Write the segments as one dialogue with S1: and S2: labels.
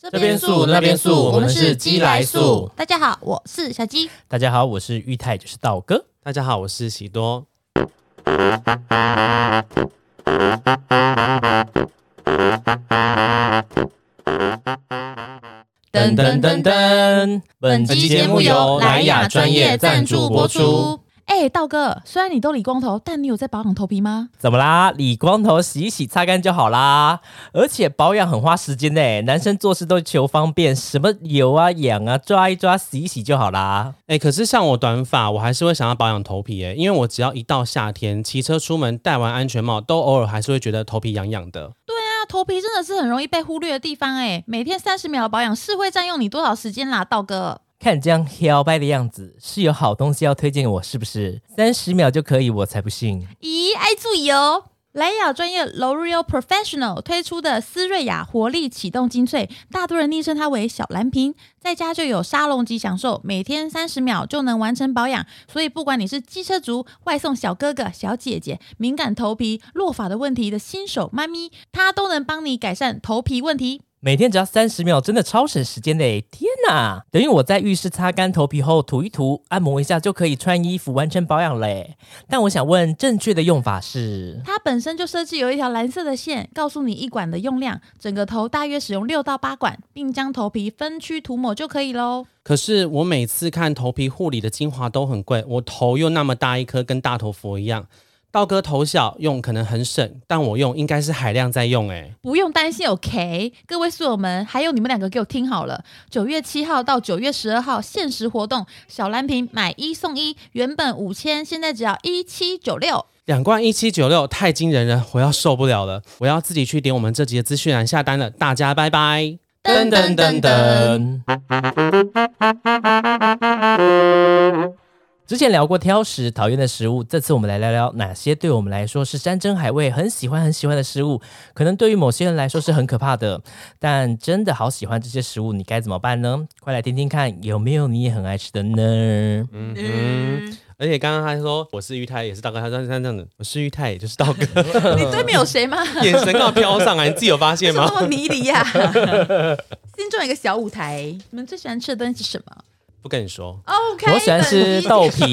S1: 这
S2: 这边素那边素我们是鸡来素
S1: 大家好，我是小鸡。
S2: 大家好，我是玉泰，就是道哥。
S3: 大家好，我是喜多。
S2: 噔噔噔噔，本期节目由莱雅专业赞助播出。。
S1: 哎、道哥，虽然你都理光头，但你有在保养头皮吗？
S2: 怎么啦？理光头洗一洗擦干就好啦。而且保养很花时间呢、男生做事都求方便，什么油啊、痒啊，抓一抓洗一洗就好啦。
S3: 哎、可是像我短发，我还是会想要保养头皮哎、因为我只要一到夏天，骑车出门戴完安全帽，都偶尔还是会觉得头皮痒痒的。
S1: 那啊头皮真的是很容易被忽略的地方哎、每天三十秒的保养是会占用你多少时间啦，道哥？
S2: 看你这样摇摆的样子，是有好东西要推荐给我是不是？三十秒就可以，我才不信。
S1: 咦，爱注意哦！莱雅专业 L'Oreal Professional 推出的斯瑞雅活力启动精粹，大多人昵称它为小蓝瓶，在家就有沙龙级享受，每天三十秒就能完成保养。所以不管你是机车族、外送小哥哥、小姐姐、敏感头皮、落发的问题的新手妈咪，它都能帮你改善头皮问题。
S2: 每天只要三十秒，真的超省时间嘞！天哪，等于我在浴室擦干头皮后涂一涂，按摩一下就可以穿衣服完成保养嘞。但我想问，正确的用法是？
S1: 它本身就设计有一条蓝色的线，告诉你一管的用量，整个头大约使用六到八管，并将头皮分区涂抹就可以喽。
S3: 可是我每次看头皮护理的精华都很贵，我头又那么大一颗，跟大头佛一样。道哥头小用可能很省，但我用应该是海量在用哎、
S1: 不用担心，OK？各位宿友们，还有你们两个给我听好了，九月七号到九月十二号限时活动，小蓝瓶买一送一，原本五千，现在只要一七九六。
S3: 两罐一七九六太惊人了，我要受不了了，我要自己去点我们这集的资讯栏下单了，大家拜拜。
S1: 噔噔噔噔。
S2: 之前聊过挑食讨厌的食物，这次我们来聊聊哪些对我们来说是山珍海味，很喜欢很喜欢的食物，可能对于某些人来说是很可怕的，但真的好喜欢这些食物，你该怎么办呢？快来听听看，有没有你也很爱吃的呢？
S3: 嗯，而且刚刚他说我是玉泰，也是道哥，他说他这样子，我是玉泰，也就是道哥，
S1: 你对面有谁 吗？
S3: 眼神要飘上来，你自己有发现
S1: 怎么
S3: 吗？
S1: 那么迷离 呀、心中有一个小舞台，你们最喜欢吃的东西是什么
S3: 不跟你说，
S1: 哦？OK，
S2: 我喜欢吃豆 皮，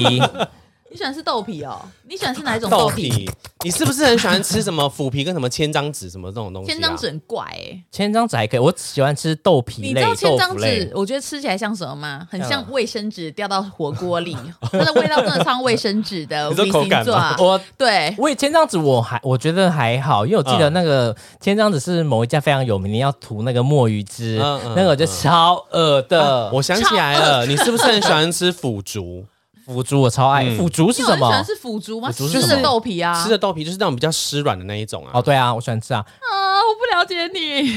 S1: 你喜欢吃豆皮哦？你喜欢吃哪一种豆
S3: 豆
S1: 皮？啊
S3: 皮，你是不是很喜欢吃什么腐皮跟什么千张纸什么这种东西、啊？
S1: 千张纸，很怪哎、
S2: 千张纸还可以，我喜欢吃豆皮
S1: 你
S2: 类
S1: 知道、千
S2: 豆
S1: 张
S2: 腐类
S1: 纸，。我觉得吃起来像什么吗？很像卫生纸掉到火锅里， 它的味道真的像卫生纸的
S3: 你说口感吗
S1: 我
S2: 我
S1: 啊对，
S2: 我也千张纸我还我觉得还好，因为我记得
S3: 嗯
S2: 那个千张纸是某一家非常有名的，要涂那个墨鱼汁，
S3: 嗯嗯
S2: 那个我就超恶的。
S3: 我想起 来了，你是不是很喜欢吃腐竹？
S2: 腐竹我超爱，
S3: 嗯
S2: 腐竹是
S1: 因为我很
S2: 什
S1: 喜
S2: 么
S1: 欢？吃腐竹吗？
S2: 腐竹
S1: 湿
S2: 是什
S1: 的
S2: 么
S1: 豆皮啊，
S3: 吃的豆皮就是那种比较湿软的那一种啊。
S2: 哦，对啊，我喜欢吃啊，
S1: 啊，我不了解你。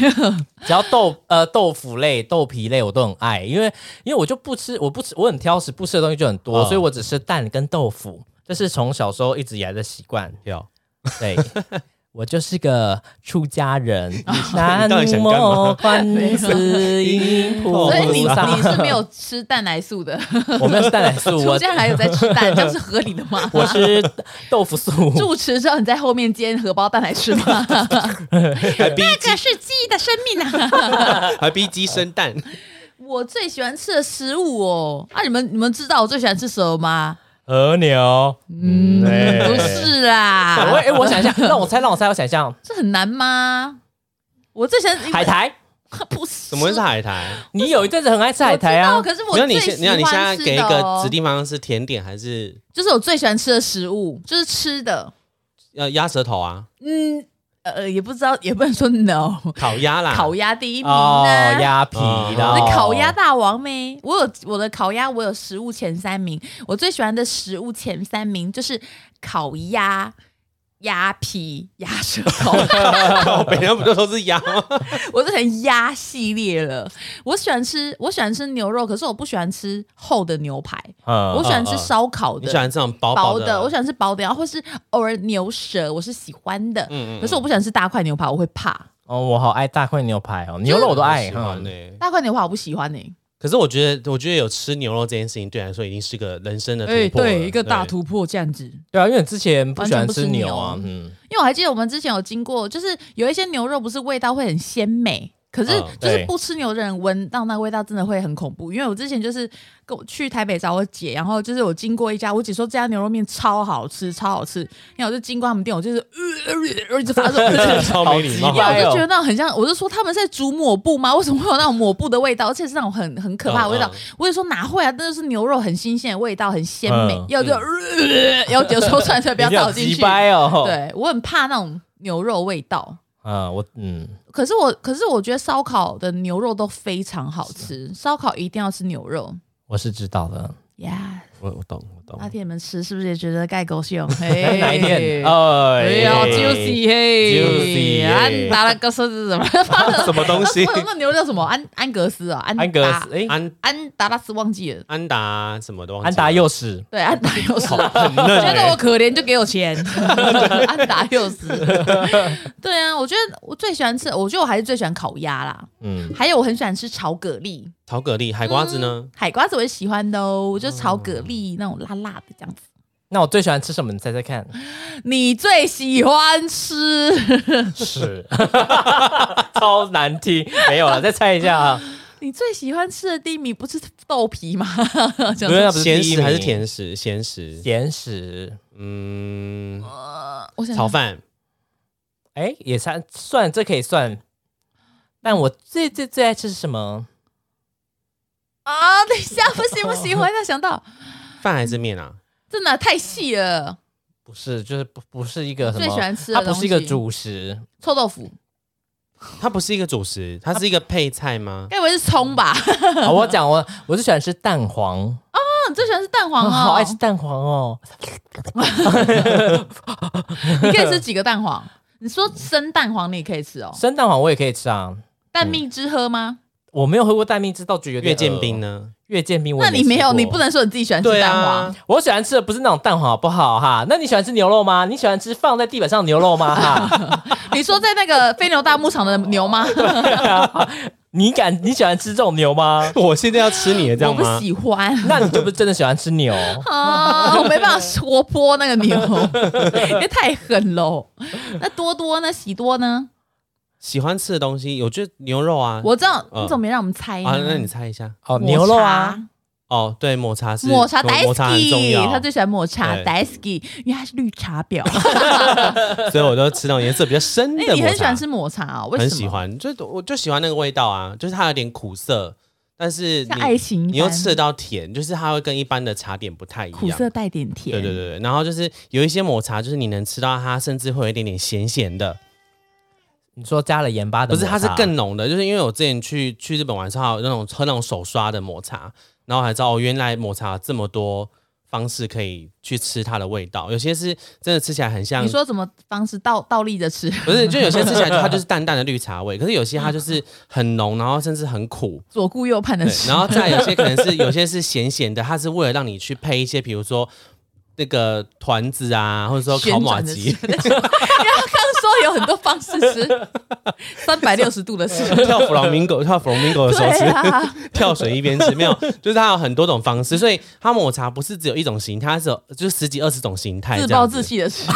S2: 只要豆 呃豆腐类、豆皮类我都很爱，因为因为我就不吃，我不吃，我很挑食，不吃的东西就很多，
S3: 嗯
S2: 所以我只吃蛋跟豆腐，这是从小时候一直以来的习 惯。
S3: 有，
S2: 对，我就是个出家 人，南
S3: 你到底想干嘛
S2: 无 观世音菩
S3: 哦
S1: 所以你
S2: 萨。
S1: 你是没有吃蛋奶素的，
S2: 我没有吃蛋 奶素，
S1: 出
S2: 我
S1: 家还有在吃蛋，这样是合理的吗？
S2: 我吃豆腐素。
S1: 住持之后你在后面煎荷包蛋来吃吗？
S3: 还逼
S1: 这是鸡的生命啊！
S3: 还逼鸡生蛋，
S1: 我最喜欢吃的食物哦，啊，你们你们知道我最喜欢吃什么吗？
S2: 和牛，嗯，
S1: 不
S2: 不。
S1: 是
S2: 我
S1: 啦，
S2: 哎，我想一下，让我猜，让我猜，我想一下，
S1: 这很难吗？我最喜欢
S2: 海，苔，
S1: 不是，
S3: 怎么会是海苔？
S2: 你有一阵子很爱吃
S1: 我
S2: 海
S1: 知道
S2: 苔啊，
S1: 可是我
S3: 你
S1: 最
S3: 看你现，你
S1: 喜
S3: 看
S1: 欢
S3: 你现在
S1: 吃
S3: 给一
S1: 的
S3: 个
S1: 哦
S3: 指定方向是甜点还是
S1: 就是我最喜欢吃的食物，就是吃的。
S3: 呃鸭舌头啊？
S1: 嗯，呃，也不知道，也不能说 no。
S3: 烤鸭啦，
S1: 烤鸭第一名
S2: 哦
S1: 呢、，
S2: 鸭皮啦，
S3: 哦
S1: 我是烤鸭大王咩？我有我的烤鸭，我有食物前三名。我最喜欢的食物前三名就是烤鸭、鸭皮、鸭舌头。
S3: 靠北人不就都是鸭 吗？
S1: 我是很鸭系列了。我喜欢吃，我喜欢吃牛肉，可是我不喜欢吃厚的牛排。
S2: 嗯
S1: 我喜欢吃
S3: 嗯
S1: 烧烤
S3: 你
S1: 的，
S3: 喜欢这种薄
S1: 薄
S3: 薄
S1: 的，
S3: 的？
S1: 我喜欢吃薄的，然后或是偶尔牛舌，我是喜欢的。
S3: 嗯嗯嗯
S1: 可是我不喜欢吃大块牛排，我会怕
S2: 哦，我好爱大块牛排哦，牛肉我都爱
S3: 喜欢欸呢、
S2: 嗯
S1: 大块牛排，我不喜欢欸呢、
S3: 可是我觉得，我觉得有吃牛肉这件事情对你来说已经是个人生的突
S1: 哎
S3: 破了、
S1: 突破这样子。因
S2: 对啊，因为你之前不喜欢吃牛啊
S1: 完全，不
S2: 嗯，
S1: 为我还记得我们之前有经过，就是有一些牛肉不是味道会很鲜美，可是
S3: 嗯
S1: 就是
S2: 对
S1: 不吃牛的人闻到那味道真的会很恐怖。因为我之前就是跟我去台北找我姐，然后就是我经过一家，我姐说这家牛肉面超好吃，超好吃。然后我就经过他们店，我就是呃呃呃一直发出
S2: 嗯
S3: 超没礼貌
S2: 好
S1: 因
S2: 鸡
S1: 为
S2: 巴
S1: 啊我就觉
S2: 哎
S1: 得
S2: 呦
S1: 那种很像，我就说他们是在煮抹布吗？为什么会有那种抹布的味道？而且是那种很很可怕的味道
S3: 嗯。
S1: 我就说哪会啊，那就是牛肉很新鲜的味道，很鲜美
S2: 嗯。
S1: 要就，呃要就说出来才不要
S2: 你好
S1: 倒进
S2: 鸡
S1: 去。
S2: 掰哦。，
S1: 对我很怕那种牛肉味道。
S2: 嗯，我嗯，
S1: 可是我，可是我觉得烧烤的牛肉都非常好吃，烧烤一定要吃牛肉。
S2: 我是知道的。
S1: 呀、
S3: 我我懂我
S1: yeah,，那
S3: 懂，
S1: 天你们吃是不是也觉得盖狗熊？
S2: 哎，
S1: 嘿
S2: 哪一天？哦，
S1: 哎呀，juicy 嘿
S2: juicy，
S1: 安达拉格斯是什么？
S3: 什么东西
S1: 那 那牛肉叫什么？安安格斯啊，安
S2: 安格
S1: 达
S2: 斯，哎，
S3: 安
S1: 安达拉斯忘记了。
S3: 安达什么的忘记
S2: 安达
S3: 了
S2: 幼师，
S1: 对，安达幼师，
S3: 很嫩欸
S1: 觉得我可怜就给我钱，安达幼师。对啊，我觉得我最喜欢吃，我觉得我还是最喜欢烤鸭啦，
S2: 嗯，
S1: 还有我很喜欢吃炒蛤蜊，
S3: 炒蛤蜊、海瓜子呢？
S1: 海瓜子我也喜欢的哦，我就炒蛤蜊那种辣辣的这样子。
S2: 那我最喜欢吃什么？你猜猜看。
S1: 你最喜欢吃
S2: 是， 超难听。没有了，再猜一下啊。
S1: 你最喜欢吃的第一名不是豆皮吗？ 想
S2: 对
S1: 说
S2: 啊那不是
S3: 咸
S2: 第一
S3: 食还是
S2: 名
S3: 甜食？咸食，
S2: 甜食，
S3: 嗯，
S1: 呃，我想
S3: 炒
S1: 想
S3: 饭
S2: 哎、也算算，这可以算。但我最最最爱吃是什么？
S1: 啊，等一下，不行不行，我一下想到，
S3: 饭还是面啊？
S1: 真的太细了，
S2: 不是，就是不不是一个什么，
S1: 最喜欢吃的
S2: 它不是一个
S1: 东西
S2: 主食。
S1: 臭豆腐，
S3: 它不是一个主食，它是一个配菜吗？
S1: 该不会是葱吧？
S2: 好哦我讲我我最喜欢吃蛋黄，
S1: 你最喜欢吃蛋黄
S2: 我
S1: 哦，
S2: 好爱吃蛋黄哦。
S1: 你可以吃几个蛋黄？你说生蛋黄你也可以吃哦，
S2: 生蛋黄我也可以吃啊，
S1: 但
S3: 嗯
S1: 蜜汁喝吗？
S2: 我没有喝过蛋蜜汁，倒觉得有点
S3: 月见
S2: 恶
S3: 冰？呢？
S2: 月见冰我也
S1: 那你没有，
S2: 吃过
S1: 你不。能说你自己喜欢吃
S3: 对
S1: 蛋
S3: 啊
S1: 黄。，
S2: 我喜欢吃的不是那种蛋黄，好不好哈？那你喜欢吃牛肉吗？你喜欢吃放在地板上的牛肉吗？哈，
S1: 你说在那个飞牛大牧场的牛吗？
S2: 你敢你喜欢吃这种牛 吗？
S3: 我现在要吃你的这
S1: 我
S3: 样
S1: 不
S3: 吗？
S1: 喜欢
S2: 那你就不是真的喜欢吃牛。哦
S1: 啊，我没办法活泼那个牛，因为太狠喽。那多多呢？喜多呢？
S3: 喜欢吃的东西，我觉得牛肉啊，
S1: 我知道，
S3: 嗯
S1: 你怎么没让我们猜呢？
S3: 啊，那你猜一下
S2: 哦，
S1: 抹茶
S2: 牛肉啊，，
S3: 哦，对，抹茶是
S1: 抹茶
S3: 抹茶很重
S1: Daisy，
S3: 要
S1: 他，最喜欢抹茶
S3: 对
S1: Daisy，因为他是绿茶婊。
S3: 所以我都吃那种颜色比较深的
S1: 哎
S3: 抹茶。
S1: 你很喜欢吃抹茶哦？为什么？
S3: 很喜欢，就我就喜欢那个味道啊，就是它有点苦涩，但是
S1: 像爱
S3: 你
S1: 情一
S3: 你又
S1: 般，
S3: 吃得到甜，就是它会跟一般的茶点不太一
S1: 苦
S3: 样。
S1: 涩带点甜。
S3: 对对对对，然后就是有一些抹茶，就是你能吃到它，甚至会有一点点咸咸的，
S2: 你说加了盐巴的
S3: 不
S2: 抹
S3: 是，
S2: 茶，
S3: 它 是更浓的。就是因为我之前去去日本玩的时候，还有那种喝那种手刷的抹茶，然后还知道哦，原来抹茶有这么多方式可以去吃它的味道，有些是真的吃起来很像
S1: 你说怎么方式倒倒立着吃，
S3: 不是，就有些吃起来就它就是淡淡的绿茶味，可是有些它就是 很浓，然后甚至很苦。
S1: 左顾右盼的
S3: 对，
S1: 吃，
S3: 然后再有些可能是有些是咸咸的，它是为了让你去配一些，比如说那个团子啊，或者说烤
S1: 旋
S3: 马
S1: 转着吃。因
S3: 鸡
S1: 为。他刚说有很多方式吃，三百六十度的吃。
S3: 跳弗朗明狗，跳弗朗明狗的时候吃，
S1: 对 啊，
S3: 跳水一边吃，没有，就是它有很多种方式，所以它抹茶不是只有一种形态，它是有就是十几二十种形态。
S1: 自
S3: 这样
S1: 暴
S3: 子
S1: 自，弃的吃，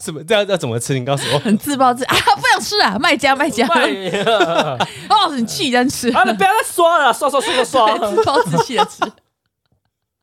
S3: 怎么这样要怎么吃？你告 诉我，
S1: 很自暴自啊，不想吃啊，卖家卖家，
S2: 快了。
S1: 哦，很气人吃，
S2: 啊，你不要再刷了，刷刷刷 刷 刷。
S1: 自暴自弃的吃。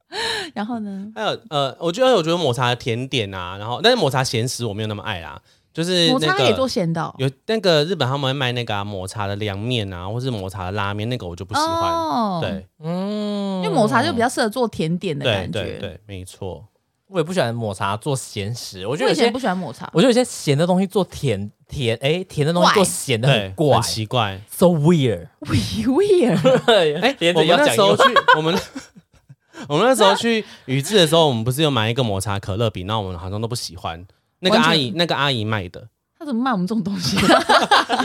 S1: 然后呢，
S3: 还有呃，我觉得我觉得抹茶的甜点啊，然后但是抹茶咸食我没有那么爱啦，就是
S1: 抹
S3: 那
S1: 茶也
S3: 个
S1: 做咸的哦，
S3: 有那个日本他们会卖那个、啊、抹茶的凉面啊，或是抹茶的拉面，那个我就不喜欢。
S1: 哦，
S3: 对
S2: 嗯，
S1: 因为抹茶就比较适合做甜点的
S3: 对
S1: 感
S3: 对
S1: 觉。
S3: 对，没错。
S2: 我也不喜欢抹茶做咸食，我觉
S1: 我
S2: 得
S1: 以
S2: 有
S1: 前
S2: 些
S1: 不喜欢抹茶，
S2: 我觉得有些咸的东西做甜甜，哎，甜的东西
S1: 怪
S2: 做咸的
S3: 对
S2: 很，怪
S3: 很奇怪。
S2: ，so weird。
S1: w e weird，
S2: 哎
S3: 哎、我们那时候去， 我们我们那时候去宇治的时候，我们不是有买一个抹茶可乐饼，那我们好像都不喜欢。那个
S1: 完全
S3: 阿姨，那个阿姨卖 的，
S1: 他怎么卖我们这种东西？啊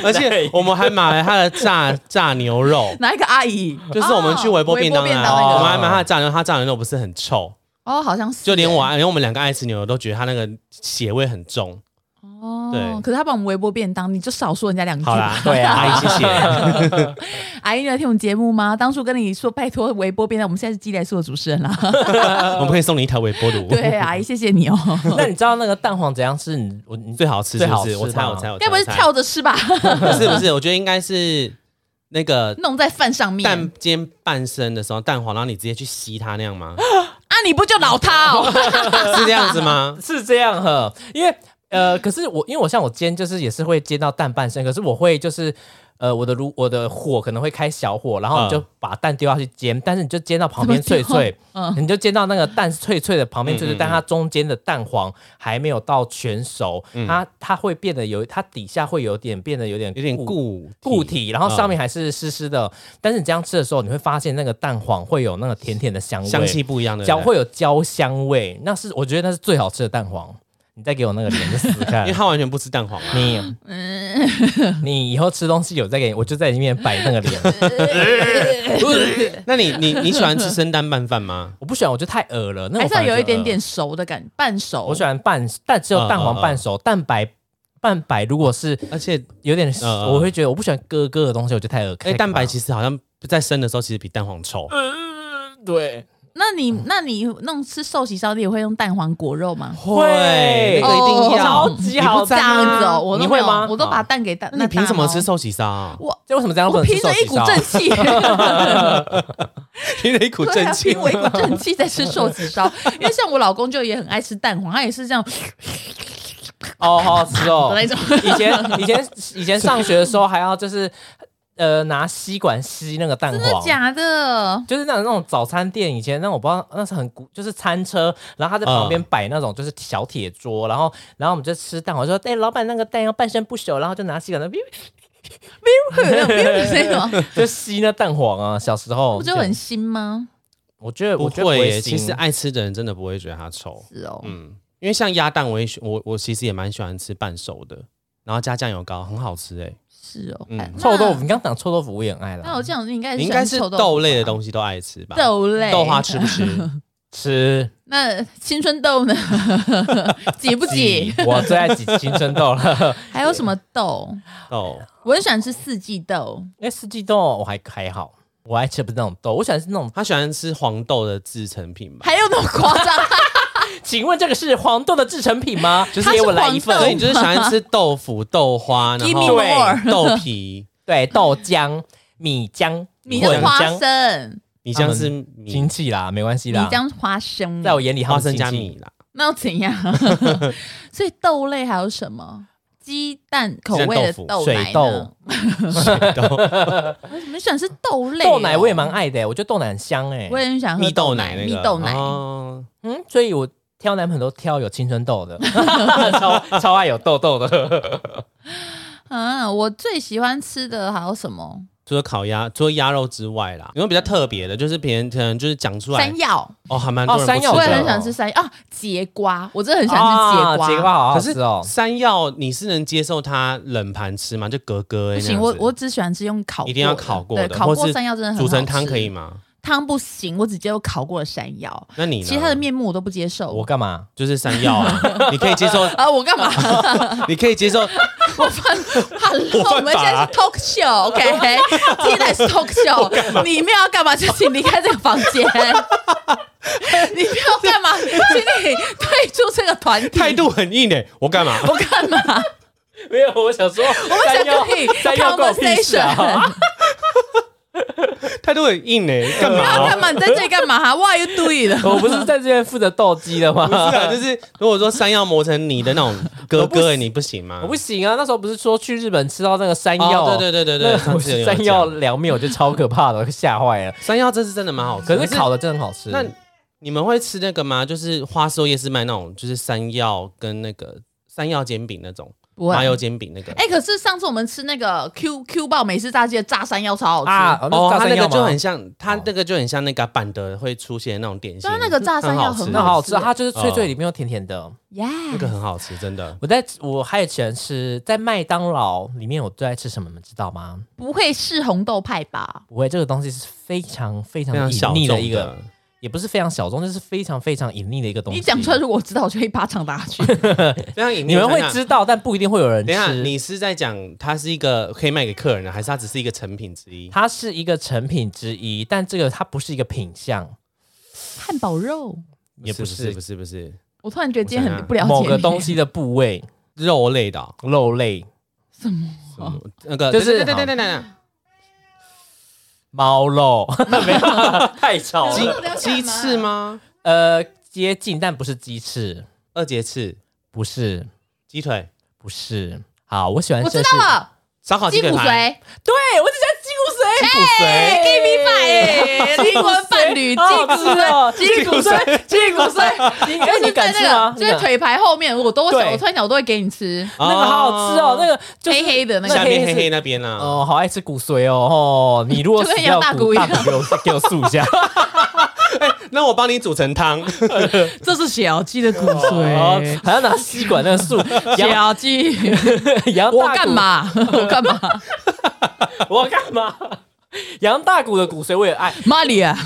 S3: 而且我们还买了她的炸炸牛 肉，
S1: 哪一个阿姨？
S3: 就是我们去
S1: 哦
S3: 微波便当
S1: 微
S3: 啊，
S1: 那
S3: 我
S1: 个
S3: 们还买她的炸牛肉，她炸牛肉不是很臭，
S1: 哦，好像是，
S3: 就连我，连我们两个爱吃牛肉都觉得她那个血味很重。
S1: 哦
S3: 对，
S1: 可是他把我们微波便当，你就少说人家两句。
S3: 好啦，
S2: 对啊
S3: 阿姨谢谢。
S1: 阿姨，你来听我们节目吗？当初跟你说拜托微波便当，我们现在是鸡来素的主持人啦。
S3: 我们可以送你一条微波炉，
S1: 呃对，阿姨，谢谢 你哦。
S2: 那你知道那个蛋黄怎样是你我你
S3: 最好吃是
S2: 最好
S3: 不
S2: 吃
S3: 是？我猜，
S2: 吧
S3: 我猜，我猜，
S1: 该不会
S3: 我
S1: 是
S3: 猜
S1: 跳着吃吧？
S3: 不 是不是，我觉得应该是那个
S1: 弄在饭上面啊
S3: 蛋煎半生的时候，蛋黄，然后你直接去吸它那样吗？
S1: 啊？你不就老他 哦？
S3: 是这样子吗？
S2: 是这样呵，因为呃，可是我因为我像我煎就是也是会煎到蛋半生，可是我会就是呃我的炉我的火可能会开小火，然后
S3: 嗯
S2: 你就把蛋丢下去煎，但是你就煎到旁边脆脆，
S1: 嗯，
S2: 你就煎到那个蛋脆脆的旁边脆脆，
S3: 嗯嗯嗯
S2: 但它中间的蛋黄还没有到全熟，
S3: 嗯
S2: 它它会变得有它底下会有点变得有点
S3: 有点固嗯
S2: 固体，然后上面还是湿湿的，但是你这样吃的时候，你会发现那个蛋黄会有那个甜甜的香味，
S3: 香气不一样的，
S2: 焦
S3: 对不对
S2: 会有焦香味，那是我觉得那是最好吃的蛋黄。你再给我那个脸就死看
S3: 因为，他完全不吃蛋黄啊。
S2: 你
S1: 嗯
S2: 你以后吃东西有再给你，我就在你面前摆那个脸。
S1: 哎
S3: 那你你你喜欢吃生蛋拌饭吗？
S2: 我不喜欢，我觉得太恶了，那我
S1: 还是要
S2: 反而
S1: 有一
S2: 觉得
S1: 点点熟的感，半熟。
S2: 我喜欢半，但只有蛋黄
S3: 嗯嗯嗯
S2: 半熟，蛋白蛋白如果是
S3: 而且，
S2: 有点，
S3: 嗯
S2: 我会觉得我不喜欢咯咯的东西，我觉得太恶。
S3: 哎，
S2: 太
S3: 蛋白
S2: 可怕
S3: 其实好像在生的时候其实比蛋黄稠。
S2: 呃对，
S1: 那你那你弄吃寿喜烧的也会用蛋黄果肉吗？
S3: 会，那个
S1: 哦
S3: 一定要。
S2: 超级
S3: 你不
S2: 好
S1: 这
S2: 赞啊
S1: 样子哦，我都
S2: 你
S1: 没
S2: 会
S1: 有
S2: 吗？啊
S1: 我都把蛋给蛋，啊
S3: 那你凭什么吃
S1: 寿？
S3: 寿喜烧？
S1: 我
S2: 这为什么这样不
S1: 我
S2: 能
S1: 凭
S2: 吃寿
S1: 着一
S2: 喜
S1: 股
S2: 烧？
S1: 正气，
S3: 凭了一股
S1: 对
S3: 正
S1: 啊，
S3: 气
S1: 凭。我一股正气 在吃寿喜烧，因为像我老公就也很爱吃蛋黄，他也是这样的
S2: 哦，好好 吃哦。
S1: 那种。
S2: 以前以前以前上学的时候还要就是呃拿吸管吸那个蛋
S1: 真的
S2: 黄。
S1: 假的？
S2: 就是那种那种早餐店，以前那我不知道，那是很古，就是餐车，然后他在旁
S3: 嗯
S2: 边摆那种就是小铁桌，然后然后我们就吃蛋，我说哎、老板那个蛋要半生不熟，然后就拿吸管那 边
S1: 会有那种那 种，
S2: 就吸那蛋黄啊，小时候
S1: 不就很新吗？
S2: 我觉得
S3: 不
S2: 我觉得不
S3: 会耶，
S2: 会
S3: 其
S2: 行，
S3: 实哎爱吃的人真的不会觉得它稠。
S1: 是哦，
S3: 嗯，因为像鸭蛋，我也喜我我其实也蛮喜欢吃半熟的，然后加酱油膏，很好吃哎、
S1: 是哦。
S3: 嗯
S1: 哎
S2: 臭豆腐，。你刚讲臭豆腐我也很爱
S1: 那那我
S2: 了，
S1: 这样，你应该
S3: 你应该
S1: 喜
S3: 是
S1: 欢臭
S3: 豆类的
S1: 西，
S3: 东西都爱吃吧？
S1: 豆类
S3: 豆花吃不 吃？
S2: 吃
S1: 那青春豆呢？解不解？
S2: 挤我最爱挤青春豆了，
S1: 还有什么豆？
S3: 豆
S1: 我很喜欢吃四季豆，
S2: 因为哎四季豆我还还好，我爱吃不是那种豆，我喜欢是那种
S3: 他喜欢吃黄豆的制成品吧？
S1: 还有那么夸张？
S2: 请问这个是黄豆的制成品吗？ 就是给我来一
S1: 它是黄豆
S3: 所以
S2: 份
S3: 你，就是喜欢吃豆腐、豆花，然
S1: Give me
S3: 后
S1: more
S3: 豆皮。
S2: 对，豆浆、米浆、
S1: 米
S2: 混
S1: 浆花
S2: 浆，
S1: 生，
S3: 你像是
S2: 亲
S3: 米
S2: 戚啦，没关系
S1: 米
S2: 啦。
S1: 浆花生，
S2: 在我眼里，他
S3: 花
S2: 们
S3: 生
S2: 亲戚
S3: 加米，啦，
S1: 那又怎 样？所以豆类还有什么？鸡蛋口味的
S3: 鸡蛋豆
S1: 豆
S2: 水
S1: 奶呢
S2: 豆？
S3: 豆
S1: 我怎么喜欢吃豆类哦？
S2: 豆奶我也蛮爱的，我觉得豆奶很香哎
S1: 我。也很喜啊欢喝
S3: 蜜豆
S1: 奶
S3: 奶那个
S1: 蜜豆奶。
S3: 哦
S2: 嗯，所以我挑男朋友都挑有青春痘 的，超超爱有痘痘 的。
S1: 啊，我最喜欢吃的还有什么？
S3: 除了烤鸭，除了鸭肉之外啦，有没有比较特别的？就是别人可能就是讲出来
S1: 山药，
S3: 哦，还蛮多人
S2: 哦山药
S3: 不
S1: 我
S3: 吃
S1: 也
S3: 的
S1: 很喜欢吃山药啊，节瓜，我真的很喜欢吃节瓜。
S2: 啊节瓜好好
S3: 可
S2: 吃
S3: 是
S2: 哦。
S3: 山药你是能接受它冷盘吃吗？就格格欸
S1: 不行，
S3: 那样
S1: 我
S3: 子
S1: 我只喜欢吃用烤过的，
S3: 一定要烤过
S1: 对，
S3: 的，
S1: 烤
S3: 或
S1: 过
S3: 是
S1: 山药真的很好
S3: 煮
S1: 吃。
S3: 成汤可以？吗？
S1: 汤不行，我只接受烤过的山药，
S3: 那你呢
S1: 其他的面目我都不接受。
S2: 我干嘛？
S3: 就是山药 啊，你可以接受，
S1: 啊，我干嘛？
S3: 你可以接受，
S1: 我犯
S3: 我犯
S1: Hello，
S3: 法
S1: 我们现在是 talk show，OK？今天是 talk show，你们要干嘛就请离开这个房间。 你们要干嘛，请你退出这个团体。
S3: 态度很硬诶，我干 嘛？
S1: 我干嘛？
S2: 没有，我想说，我
S1: 我想跟你 conversation，
S2: 啊
S3: 态度很硬诶，干嘛
S1: 要
S3: 啊？
S1: 干嘛？你在这里干嘛哈？Why are you doing？
S2: 我不是在这边负责斗鸡的吗？
S3: 不是啊，就是如果说山药磨成泥的 那种格格欸，
S2: 我不
S3: 你不行吗？
S2: 我 不行啊！那时候不是说去日本吃到那个山药，
S3: 哦对对对对对
S2: 那
S3: 上次有
S2: 山
S3: 讲
S2: 药凉面，我觉得超可怕的，我吓坏了。
S3: 山药这是真的蛮好吃，
S2: 可是烤的真的很好吃。
S3: 那你们会吃那个吗？就是花市夜市卖那种，就是山药跟那个山药煎饼那种
S1: 不
S3: 麻油
S1: 会。
S3: 煎饼那个。
S1: 哎，可是上次我们吃那个 Q Q 爆美式炸鸡的炸山药超好
S2: 啊
S1: 吃，，
S2: 哦
S3: 它
S2: 炸山
S3: 那个
S2: 药
S3: 就
S2: 吗哦
S3: 很像，它那个就很像那个板德会出现的那种点心
S1: 对啊，那个炸山药
S3: 很
S1: 很
S2: 那好好吃，
S1: 好吃
S2: 它就是脆脆，
S3: 嗯
S2: 里面又甜甜的。
S1: 耶！
S3: 那个很好吃，真的。
S2: 我在我还喜欢吃在麦当劳里面，我最爱吃什么，你们知道吗？
S1: 不会是红豆派吧？
S2: 不会，这个东西是非常非
S3: 非
S2: 常
S3: 常小
S2: 隐匿
S3: 众
S2: 一个，也不是非常小众，就是非常非常隐匿的一个东西。
S1: 你讲出来，如果我知道，我就一巴掌打下去。
S3: 非常隐秘
S2: 你们会
S3: 我想
S2: 知道，但不一定会有人
S3: 等一下，
S2: 吃。
S3: 你是在讲它是一个可以卖给客人的，还是它只是一个成品之一？
S2: 它是一个成品之一，但这个它不是一个品相，
S1: 汉堡肉，
S2: 也不
S3: 是，
S2: 是
S3: 不是，不是
S1: 我突然觉得今天很不了解
S2: 某个
S1: 你
S2: 东西的部位、
S3: 肉类的哦、
S2: 肉类、
S3: 什么那个
S2: 哦就是
S3: 对对对对对对
S2: 猫肉，没有太吵
S1: 好
S3: 对
S2: 了。
S1: 我都
S3: 对鸡
S1: 不要
S3: 鸡翅
S1: 干
S3: 吗？
S2: 呃，接近，但不是鸡翅，
S3: 二节翅、
S2: 不是，
S3: 鸡腿、
S2: 不是。好，我喜欢
S1: 我
S2: 这
S1: 知
S2: 是
S1: 道了，
S3: 烧烤鸡
S1: 鸡
S3: 腿
S1: 骨
S3: 排，
S1: 髓
S2: 对我只想鸡骨髓，鸡骨髓。
S1: ，gay 米哎，灵魂伴侣，鸡
S2: 好好
S1: 骨
S2: 吃
S1: 髓，
S2: 哦
S1: 鸡骨髓，鸡骨髓，你
S2: 哎你敢吃吗
S1: 就是腿排后面，我都会想，
S2: 对
S1: 我突然想我都会给你吃，
S2: 那个好好吃哦，那个就是
S1: 黑黑的那
S2: 那
S3: 下
S1: 个，
S2: 黑黑
S3: 面黑
S2: 是
S3: 黑那边啊啦、
S2: 哦，好爱吃骨髓哦哦！你如果
S1: 就跟
S2: 死掉
S1: 杨大
S2: 骨
S1: 骨一
S2: 大
S1: 样
S2: 骨给我给我素一下
S3: 那我帮你煮成汤，
S1: 这是小鸡的骨
S2: 哦，还要拿吸管那个素杨
S1: 小鸡，
S2: 杨大骨
S1: 我干？嘛？我干 嘛？
S2: 我干嘛？杨大骨的骨髓我也爱，
S1: 玛利 亚，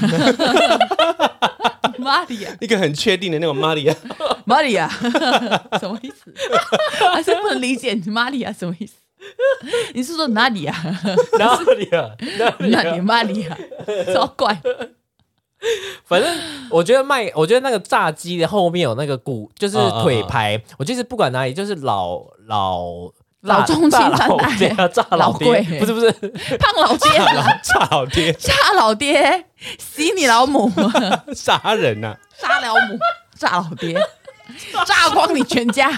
S1: 玛利亚，
S3: 一个很确定的那种玛利亚，
S1: 玛利亚，什么意思？还是不能理解你玛利亚什么意思？你是说哪里啊？
S2: 哪里啊？哪里
S1: 哪里
S2: 啊？
S1: 玛利亚？超怪，
S2: 反正我觉得卖，我觉得那个炸鸡的后面有那个骨，就是
S3: 嗯嗯
S2: 腿
S3: 嗯
S2: 排，我就是不管哪里，就是老老。
S1: 老
S2: 大
S1: 中
S2: 大
S1: 青三
S2: 老
S1: 代
S2: 爹 啊炸
S1: 老
S2: 老
S1: 贵
S2: 爹，不是不是，
S1: 胖老爹，
S3: 炸老炸老爹，
S1: 炸老 爹，洗你老 母，
S3: 杀人呐、啊，
S1: 杀老母，炸老爹，炸光你全家。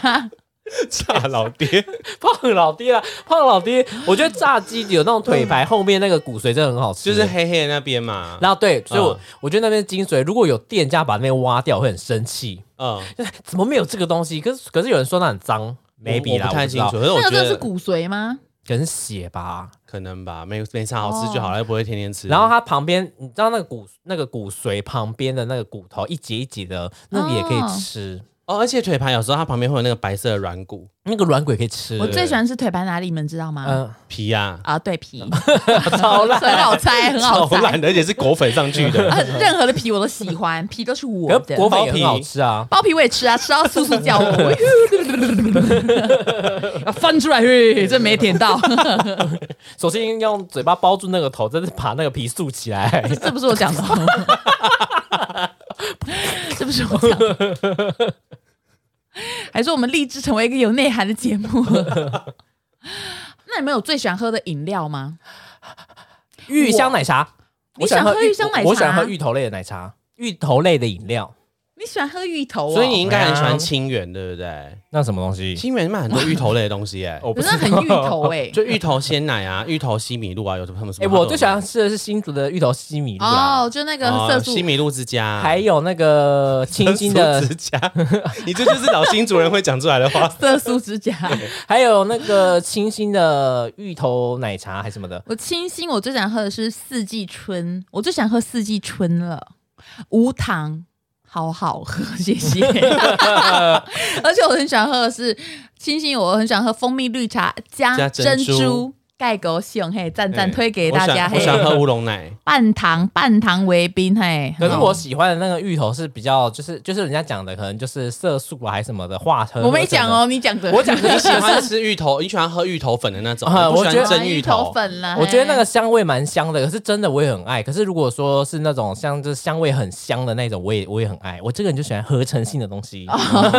S3: 炸老爹，
S2: 胖老爹啦，胖老爹，我觉得炸鸡有那种腿排后面那个骨髓真的很好吃，
S3: 就是黑黑的那边嘛。
S2: 然后对，所以我、
S3: 嗯
S2: 我觉得那边精髓，如果有店家把那边挖掉，我会很生气，
S3: 嗯，
S2: 就是怎么没有这个东西？可是可是有人说那很脏
S3: 我
S2: ，maybe 啦，
S3: 我不太
S2: 知
S3: 清
S2: 道
S3: 楚，，可是我
S1: 那
S3: 觉
S1: 个真的是
S3: 得
S1: 骨髓吗？
S2: 可能是血吧。
S3: 可能吧，没没啥好吃就
S1: 哦
S3: 好了，又不会天天吃。
S2: 然后它旁边，你知道那个骨那个骨髓旁边的那个骨头一节一节的，那个也可以吃，
S3: 哦，而且腿盘有时候它旁边会有那个白色的软骨
S2: 那个软骨也可以吃。
S1: 我最喜欢吃腿排哪里，你们知道吗？
S2: 嗯，
S3: 皮啊，
S1: 啊，对 皮，
S2: 超烂。
S1: 很好猜，很好
S3: 超
S1: 猜。
S3: 烂的，而且是裹粉上去的。
S1: 啊，任何的皮我都喜欢，皮都是我
S2: 可
S1: 的
S2: 是。果粉
S3: 包
S2: 也很
S3: 皮
S2: 好吃啊，
S1: 包皮我也吃啊，吃到簌簌叫 我， 要翻出来，嘿，这没舔到，
S2: 首先用嘴巴包住那个头，再是把那个皮竖起来。
S1: 这不是我讲的哦，这不是我讲的，还说我们立志成为一个有内涵的节目。 那你们有最喜欢喝的饮料吗？
S2: 芋香奶茶，
S1: 你
S2: 我喜欢
S1: 想喝芋香奶茶
S2: 我喜欢喝芋头类的奶茶，芋头类的饮料。
S1: 你喜欢喝芋头、哦，
S3: 所以你应该很喜
S2: 对啊
S3: 欢清源，对不对？
S2: 那什么东西？
S3: 清源卖很多芋头类的东西， 哎，
S2: 我
S1: 可是很芋头哎、
S3: 就芋头鲜奶啊， 芋头西米露啊，有什么什么什
S2: 哎、
S3: 么？
S2: 我最喜欢吃的是新竹的芋头西米露啊，
S1: 哦，就那个
S3: 哦
S1: 色素
S3: 西米露之家，
S2: 还有那个清新
S3: 色
S2: 的
S3: 素，之家，你这就是老新主人会讲出来的话。
S1: 色素指甲。
S2: 还有那个清新的芋头奶茶还什么的。
S1: 我清新，我最想喝的是四季春，我最想喝四季春了，无糖，好好喝，谢谢。而且我很喜欢喝的是清新，我很喜欢喝蜂蜜绿茶加
S3: 加
S1: 珍
S3: 珍珠
S1: 珠。盖狗熊嘿，赞赞
S3: 嗯
S1: 推给大家
S3: 我
S1: 嘿
S3: 想，我想喝乌龙奶，
S1: 半糖半糖为冰嘿。
S2: 可是
S1: 好
S2: 我喜欢的那个芋头是比较，就是就是人家讲的，可能就是色素啊，还什么的化 合。
S1: 我没讲哦，你讲的，
S2: 合成的，我讲
S3: 你
S2: 的
S3: 喜
S2: 是。
S3: 欢吃芋头，你喜欢喝芋头粉的那种，
S2: 啊
S3: 你不 喜
S2: 我觉得
S3: 欢蒸
S1: 芋
S3: 芋
S1: 头
S3: 头。
S1: 粉啦。
S2: 我觉得那个
S1: 嘿
S2: 香味蛮香的，可是真的我也很爱。可是如果说是那种像就是香味很香的那种，我也我也很爱。我这个人就喜欢合成性的东西。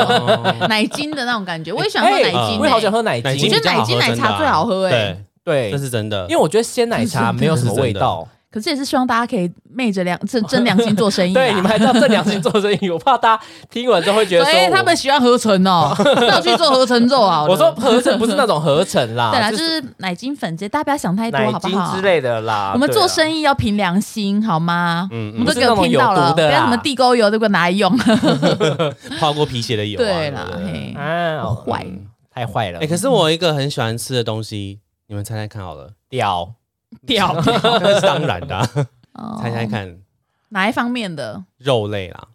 S1: 奶精的那种感觉，哦我也喜欢喝
S2: 哎
S1: 奶精
S2: 我也好喜
S1: 欸。
S2: 欢喝奶
S3: 奶
S1: 我
S3: 精
S1: 觉
S3: 比
S1: 得
S3: 较
S1: 奶
S3: 好
S1: 精
S3: 喝，
S1: 奶茶
S3: 真的啊
S1: 最好喝哎
S3: 对，
S2: 对
S3: 这，是真的。
S2: 因为我觉得鲜奶茶没有什么味道。
S1: 可是也是希望大家可以昧着良 真 真良心做生意啦。啊
S2: 对，你们还知道这两件做生意，我怕大家听完之后会觉得说
S1: 所以
S2: 我，
S1: 他们喜欢合成 哦，那我去做合成肉啊。
S2: 我说合成不是那种合成啦，
S1: 对啦，就
S2: 就是
S1: 是奶精粉这些，大家不要想太多，
S2: 奶
S1: 好不
S2: 精
S1: 好
S2: 之？类啊的啦。
S1: 啊我们做生
S2: 意
S1: 意要凭良心，好吗？
S3: 嗯
S1: 我们都
S2: 不是
S1: 给
S2: 那
S1: 我
S2: 种
S1: 听
S2: 有
S1: 到了，
S2: 毒
S1: 不
S2: 的
S1: 要什么
S2: 啦
S1: 地沟油都给我拿来用。
S3: 嗯泡过皮鞋的油啊。
S1: 对
S3: 不
S1: 啦，嘿，
S2: 啊，
S1: 好坏
S2: 太坏了
S3: 哎、，可是我有一个很喜欢吃的东西，你们猜猜看 好了，
S2: 屌
S1: 掉
S3: 那是当然的啊、
S1: 哦
S3: 猜猜看，
S1: 哪一方面的
S3: 肉类啦，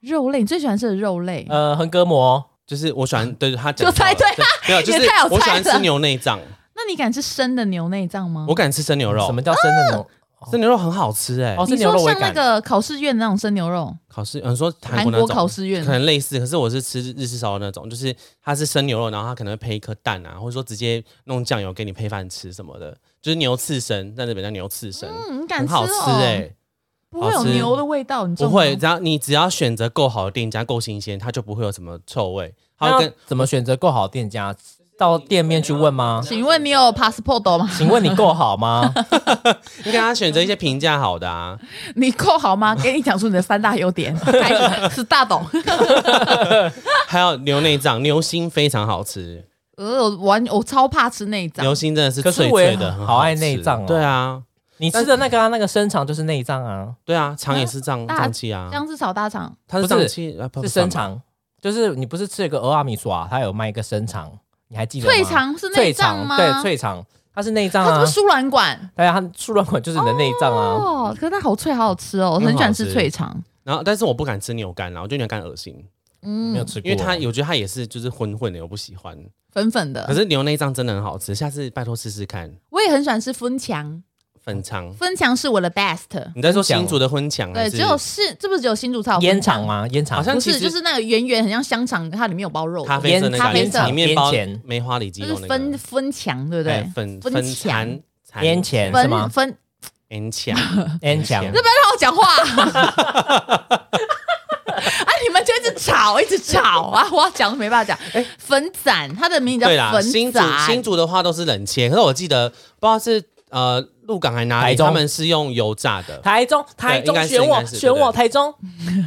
S1: 肉类？你最喜欢吃的肉类？
S2: 呃横膈膜，
S3: 就是我喜欢， 对他讲
S1: 就猜对啊
S3: 了，没有，就
S1: 也
S3: 是
S1: 太好
S3: 我喜
S1: 猜
S3: 欢
S1: 了哦
S3: 吃牛内脏，
S1: 那你敢吃生的牛内脏吗
S3: 我？敢吃生牛肉
S1: 哦
S2: 什么，叫真的那种？
S3: 生牛肉很好吃哎、
S2: 哦
S1: 你
S2: 是牛肉
S1: 说
S2: 为
S1: 像那
S2: 感
S1: 个考试院那种生牛肉，
S3: 考试，嗯，说韩
S1: 韩
S3: 国那
S1: 国
S3: 种
S1: 考试院
S3: 可能类似，可是我是吃日式烧肉那种，就是它是生牛肉，然后它可能会配一颗蛋啊，或者说直接弄酱油给你配饭吃什么的，就是牛刺身，在日本叫牛刺身，
S1: 嗯，你敢
S3: 很
S1: 吃
S3: 好吃
S1: 哦？
S2: 欸
S3: 哎、
S1: 不会有
S3: 好吃
S1: 牛的味道，你知道
S3: 不
S1: 吗
S3: 会，只要你只要选择够好的店家，够新鲜，它就不会有什么臭味。它
S2: 那
S3: 会
S2: 要
S3: 跟
S2: 怎么选择够好的店家？到店面去问吗？
S1: 请问你有 passport 吗？
S2: 请问你够好吗？
S3: 你给它选择一些评价好 的啊，
S1: 你够好吗？给你讲出你的三大优点，开始是大董。
S3: 还有牛内脏，牛心非常好吃，
S1: 呃，我完我超怕吃内脏
S3: 牛，心真的是
S2: 可是
S3: 脆
S2: 我也
S3: 脆的，
S2: 好
S3: 很
S2: 好爱
S3: 吃
S2: 内脏哦
S3: 对啊，
S2: 你吃的那个、啊、那个生肠就是内脏啊，
S3: 对啊，肠也是脏
S1: 大
S3: 脏器啊
S1: 这，样是炒大肠。
S3: 它
S2: 不
S3: 是
S2: 是
S3: 脏器啊，不
S2: 是
S3: 不
S2: 生
S3: 算吧
S2: 肠，就是你不是吃了个俄阿米索啊，它有卖一个生肠，你还记得吗？
S1: 脆肠是内
S2: 脆
S1: 脏
S2: 肠
S1: 吗？
S2: 对，脆肠，它是内脏
S1: 它是
S2: 啊
S1: 不是，输卵管？
S2: 对啊，它输卵管就是你的内脏啊。
S1: 哦，可是它好脆，好好吃哦，我很喜欢吃脆肠。
S3: 然后，但是我不敢吃牛肝啦，啊我觉得牛肝恶心，
S2: 没有
S1: 嗯，
S2: 吃过，
S3: 因为它我觉得它也是就是混混的，我不喜欢。
S1: 粉粉
S3: 可
S1: 的。
S3: 是牛内脏真的很好吃，下次拜托试试看
S1: 我也很喜欢吃粉肠，
S3: 粉肠。
S1: 粉肠是我的 best。
S3: 你在说
S2: 分享
S3: 新竹的婚肠
S1: 对，
S3: 还是？
S1: 只有是这不是只有新竹才有
S2: 烟
S1: 分肠
S2: 肠？吗？烟肠
S3: 好像
S1: 不
S3: 其
S1: 是，
S3: 实
S1: 就是那个圆圆，很像香肠，它里面有包肉的，
S3: 咖啡色那
S1: 咖啡
S3: 个
S1: 色
S3: 里面包
S2: 烟钱
S3: 梅花里脊
S1: 就
S3: 肉
S1: 是
S3: 那
S1: 分
S3: 个，
S1: 分墙，对不
S3: 哎
S1: 对？
S3: 粉
S1: 分
S3: 分
S1: 墙
S3: 蚕
S2: 烟钱是
S1: 分
S2: 吗？
S1: 分，
S3: 烟钱
S2: 烟肠
S3: 烟
S1: 那不要让我讲话啊！ 啊，你们就一直吵，一直吵啊！我要讲都没办法讲。粉展，它的名字
S3: 哎对
S1: 叫
S3: 啦，
S1: 粉
S3: 新竹新
S1: 展，
S3: 竹的话都是冷切，可是我记得不知道是呃鹿港还哪
S2: 台
S3: 里，
S2: 中
S3: 他们是用油炸的，
S2: 台中，台
S3: 应该
S2: 中
S3: 是
S2: 选
S3: 应
S2: 我，
S3: 该是
S2: 选
S3: 对
S2: 我，
S3: 对
S2: 台中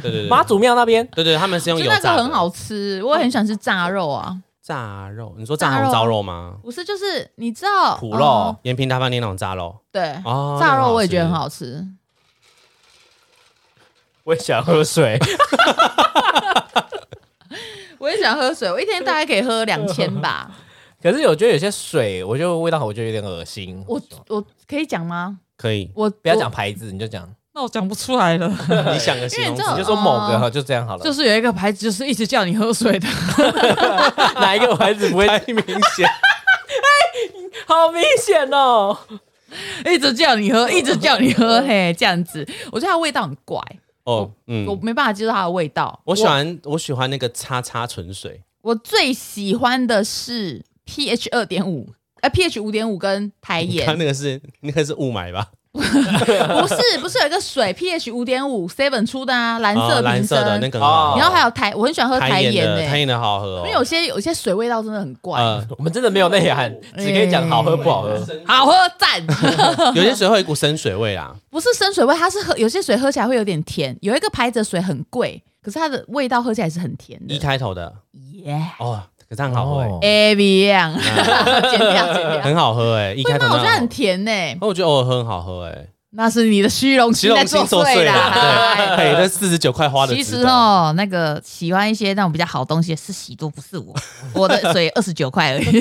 S3: 对对对，
S2: 妈祖庙那边，
S3: 对对，他们是用
S1: 就
S3: 油
S1: 那
S3: 炸
S1: 个
S3: 的，嗯
S1: 很好吃，我也很喜欢吃炸肉啊。
S3: 炸肉，你说
S1: 炸
S3: 炸
S1: 肉
S3: 红
S1: 啊
S3: 糟肉吗？
S1: 不是，就是你知道
S2: 苦肉
S1: 嗯
S3: 延平大饭店那种炸肉
S1: 对
S3: 哦，那
S1: 炸
S3: 个
S1: 肉，我也觉得很
S3: 吃
S1: 好吃。
S2: 我也想喝水。
S1: 我也想喝水，我一天大概可以喝两千 吧。
S2: 可是我觉得有些水，我就味道我就有点恶心。
S1: 我我可以讲吗？，
S3: 可以
S1: 我
S2: 不要讲，牌子，你就讲，
S1: 那我讲不出来了。
S3: 你想个形
S1: 因
S3: 容
S1: 为你知
S3: 词
S1: 道
S2: 你就
S3: 就
S2: 是说某个哈，就这样好 了。
S1: 啊就是有一个牌子，就是一直叫你喝水的，
S2: 哪一个牌子 不会？
S3: 太明显。
S2: 好明显哦。
S1: 一直叫你喝，一直叫你喝，嘿，这样子，我觉得它的味道很怪，
S3: 哦，嗯
S1: 我，没办法接受它的味道。
S3: 我喜欢我喜欢那个叉叉纯水，
S1: 我，我最喜欢的是 pH 二点五，呃，pH 五点五跟台
S3: 你看
S1: 盐，
S3: 那个是那个是雾霾吧？
S1: 不是，不是有一个水 pH 五点五 seven 出的啊，蓝
S3: 哦
S1: 色
S3: 蓝
S1: 瓶
S3: 色的
S1: 身，
S3: 那个很
S2: 哦
S3: 好喝，
S1: 然后还有台，我很喜欢喝台
S3: 台
S1: 盐
S3: 的
S1: 诶、
S3: 台盐的好喝
S1: 因
S3: 哦，
S1: 为有些有些水味道真的很怪，
S3: 呃，
S2: 我们真的没有内涵，只可以讲好喝不 好喝。
S1: 好喝赞。
S3: 有些水会有一股生水味啦，
S1: 不是生水味，它是喝有些水喝起来会有点甜，有一个牌子的水很贵，可是它的味道喝起来是很甜
S3: 一
S1: 的。
S3: 开头的
S1: Yeah，
S3: 哦，可是很好喝欸，
S1: a v i n 剪掉剪掉。
S3: 很好喝哎， 一
S1: 会
S3: 开头
S1: 吗？我觉得
S3: 那
S1: 很甜呢、
S3: 哦我觉得偶尔喝很好喝哎，
S1: 那是你的虚荣
S3: 其
S1: 心
S3: 实
S1: 在
S3: 我心
S1: 作
S3: 作祟啦，
S1: 啦。
S3: 对，哎，这四十九块花的，
S1: 其实，哦，那个喜欢一些那种比较好东西的是喜多，不是我。我的水二十九块而已。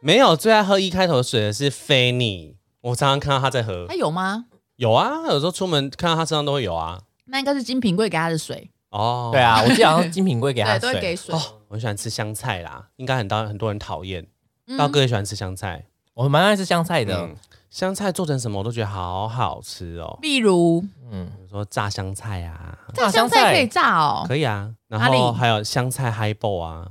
S3: 没有最爱喝一开头水的是菲尼，我常常看到他在喝
S1: 他，有吗？
S3: 有啊，有时候出门看到他身上都会有啊，
S1: 那应该是金品贵给他的水，
S3: 哦，
S2: 对，啊，我记得好像金品贵给他
S1: 对，都会给水。
S2: 水。
S3: 哦，我喜欢吃香菜啦，应该很多很多人讨厌，
S1: 嗯
S3: 道哥也喜欢吃香菜，
S2: 我蛮爱吃香菜的
S3: 嗯，，香菜做成什么我都觉得好好吃哦，
S1: 例如
S2: 嗯，
S3: 比如说炸香菜啊，
S1: 炸香菜可以炸哦，
S3: 可以啊，然
S1: 哪
S3: 后
S1: 里
S3: 还有香菜 highball 啊，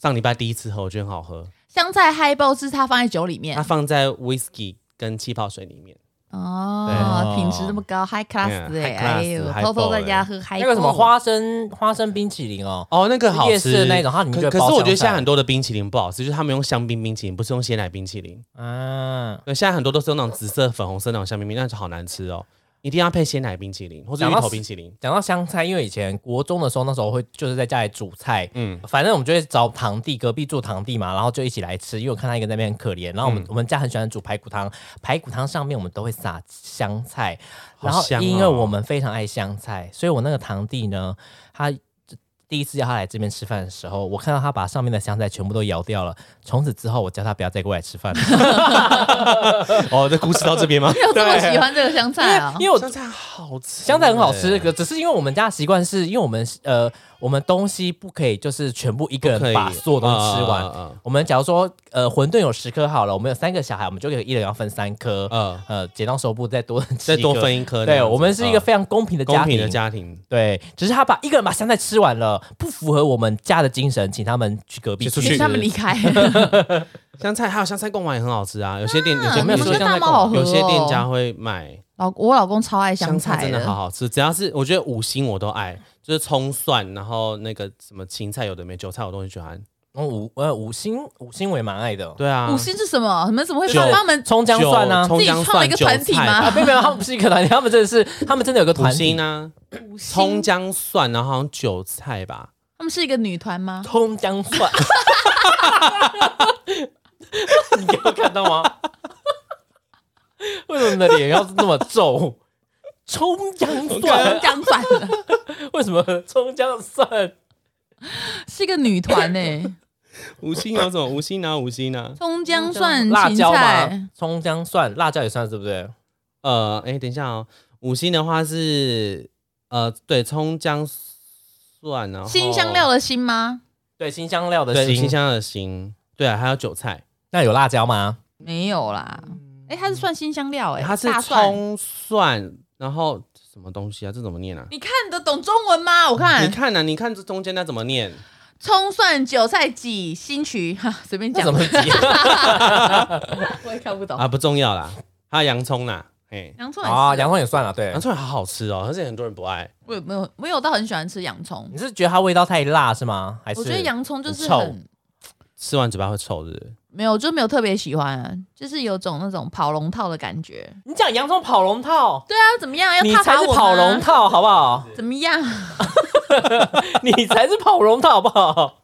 S3: 上礼拜第一次喝，我觉得很好喝，
S1: 香菜 highball 是它放在酒里面
S3: 它，放在 whisky 跟气泡水里面，
S1: 哦，
S2: 对
S1: 品质那么高，high class
S3: 对
S1: 哎，
S3: high class，
S1: 哎呦，
S3: high
S1: 偷偷
S3: ball
S1: 在家喝 high，
S2: 那个什么花生花生冰淇淋哦，
S3: 哦，那个好
S2: 夜市
S3: 吃
S2: 那种它里面
S3: 可
S2: 就会
S3: 可
S2: 包
S3: 是我觉得
S2: 香菜
S3: 现在很多的冰淇淋不好吃，就是他们用香槟冰淇淋，不是用鲜奶冰淇淋，
S1: 啊
S2: 嗯，
S3: 对，现在很多都是用那种紫色、粉红色那种香槟冰，那就好难吃哦，一定要配鲜奶冰淇淋或者芋
S2: 讲到
S3: 头
S2: 死
S3: 冰淇淋，
S2: 讲到香菜，因为以前国中的时候，那时候会就是在家里煮菜，
S3: 嗯，
S2: 反正我们就会找堂弟，隔壁住堂弟嘛，然后就一起来吃。因为我看他一个在那边很可怜，然后我们、
S3: 嗯
S2: 我们家很喜欢煮排骨汤，排骨汤上面我们都会撒香菜，
S3: 好
S2: 然后
S3: 香哦
S2: 因为我们非常爱香菜，所以我那个堂弟呢，他第一次叫他来这边吃饭的时候，我看到他把上面的香菜全部都咬掉了。从此之后，我叫他不要再过来吃饭了。
S3: 哦，这故事到 这边吗？
S1: 有这么喜欢这个香菜啊？
S2: 因为我
S3: 香菜好吃，欸
S2: 香菜很好吃，可只是因为我们家的习惯是因为我们呃，我们东西不可以就是全部一个
S3: 可
S2: 人
S3: 以
S2: 把所有东西吃完。
S3: 嗯嗯
S2: 我们假如说呃馄饨有十颗好了，我们有三个小孩，我们就可以一人要分三颗
S3: 嗯，嗯，
S2: 呃，剪刀手部再多
S3: 再多
S2: 一
S3: 分一颗
S2: 颗。
S3: 那样
S2: 对
S3: 子。
S2: 我们是一个非常公平的
S3: 嗯公
S2: 家
S3: 平
S2: 庭
S3: 的。家庭，
S2: 对，只是他把一个人把香菜吃完了，不符合我们家的精神，请他们去隔壁
S3: 请出
S1: 请
S3: 去
S2: 吃
S1: 他们离开。
S3: 香菜还有香菜贡丸也很好吃啊，有些店有些
S2: 没有
S1: 你
S2: 说
S1: 们跟
S2: 香
S1: 大
S2: 菜
S1: 猫
S2: 口
S1: 好合
S3: 有些店
S1: 哦
S3: 家会卖
S1: 老我老公超爱
S3: 香
S1: 菜
S3: 真的好好吃，只要是我觉得五星我都爱，就是葱蒜，然后那个什么芹菜有的没，韭菜我都很喜欢。
S2: 嗯五呃五星五星我也蛮爱的，
S3: 对啊，
S1: 五星是什么？你们怎么会
S2: 就是
S1: 帮他们？
S2: 葱姜
S3: 韭
S2: 蒜啊，
S3: 葱
S1: 自己
S3: 姜
S1: 创了一
S3: 蒜
S1: 个
S3: 韭
S1: 团体
S3: 菜
S1: 吗
S2: 啊没有没有，他们不是一个团体，他们真的是他们真的有个
S3: 五
S2: 团体
S3: 星。啊呢？
S1: 五星
S3: 葱姜蒜，然后好像韭菜吧，
S1: 他们是一个女团吗？
S2: 葱姜蒜。 你有看到吗？为什么你的脸要那么皱？葱姜
S1: 葱
S2: 蒜？
S1: 姜蒜
S2: 为什么葱姜蒜？
S1: 是一个女团欸呢、
S3: 五星哦有什么？啊五星呢？五星呢？
S1: 葱姜蒜
S2: 辣
S1: 芹
S2: 椒
S1: 菜
S2: 吗？葱姜蒜，辣椒也算是对不对？
S3: 呃，哎，等一下哦，五星的话是呃，对，葱姜蒜，然后
S1: 新香料的新吗？
S2: 对，新香料的
S3: 对，新
S2: 新
S3: 香料的新，对啊，还有韭菜，
S2: 那有辣椒吗？
S1: 没有啦，
S2: 嗯
S1: 哎、它是算新香料哎、
S3: 它是
S1: 大蒜。
S3: 葱蒜，然后什么东西啊？这怎么念啊？
S1: 你看你得懂中文吗？我
S3: 你
S1: 看
S3: 看啊呢、你看这中间那怎么念？
S1: 葱蒜韭菜几新曲， 哈，随便
S2: 那
S1: 讲
S2: 怎，么急？
S1: 我也看不懂。
S3: 啊，不重要啦，还有洋葱啦，哎，
S1: 洋葱也是
S2: 啊，洋葱也算了。对
S3: 洋，葱好好吃哦，而且很多人不爱，
S1: 我也没有没有到很喜欢吃洋葱
S2: 你，是觉得它味道太辣是吗？还是
S1: 我觉得洋葱就是
S2: 很臭
S1: 很
S3: 吃完嘴巴会臭是不是？
S1: 没有，就没有特别喜欢、啊就是有种那种跑龙套的感觉。
S2: 你讲洋葱跑龙套，
S1: 对啊，怎么样？要
S2: 你
S1: 踏
S2: 才
S1: 伐
S2: 是
S1: 我
S2: 跑
S1: 吗
S2: 龙套好不好？
S1: 怎么样？
S2: 你才是跑龙套好不好？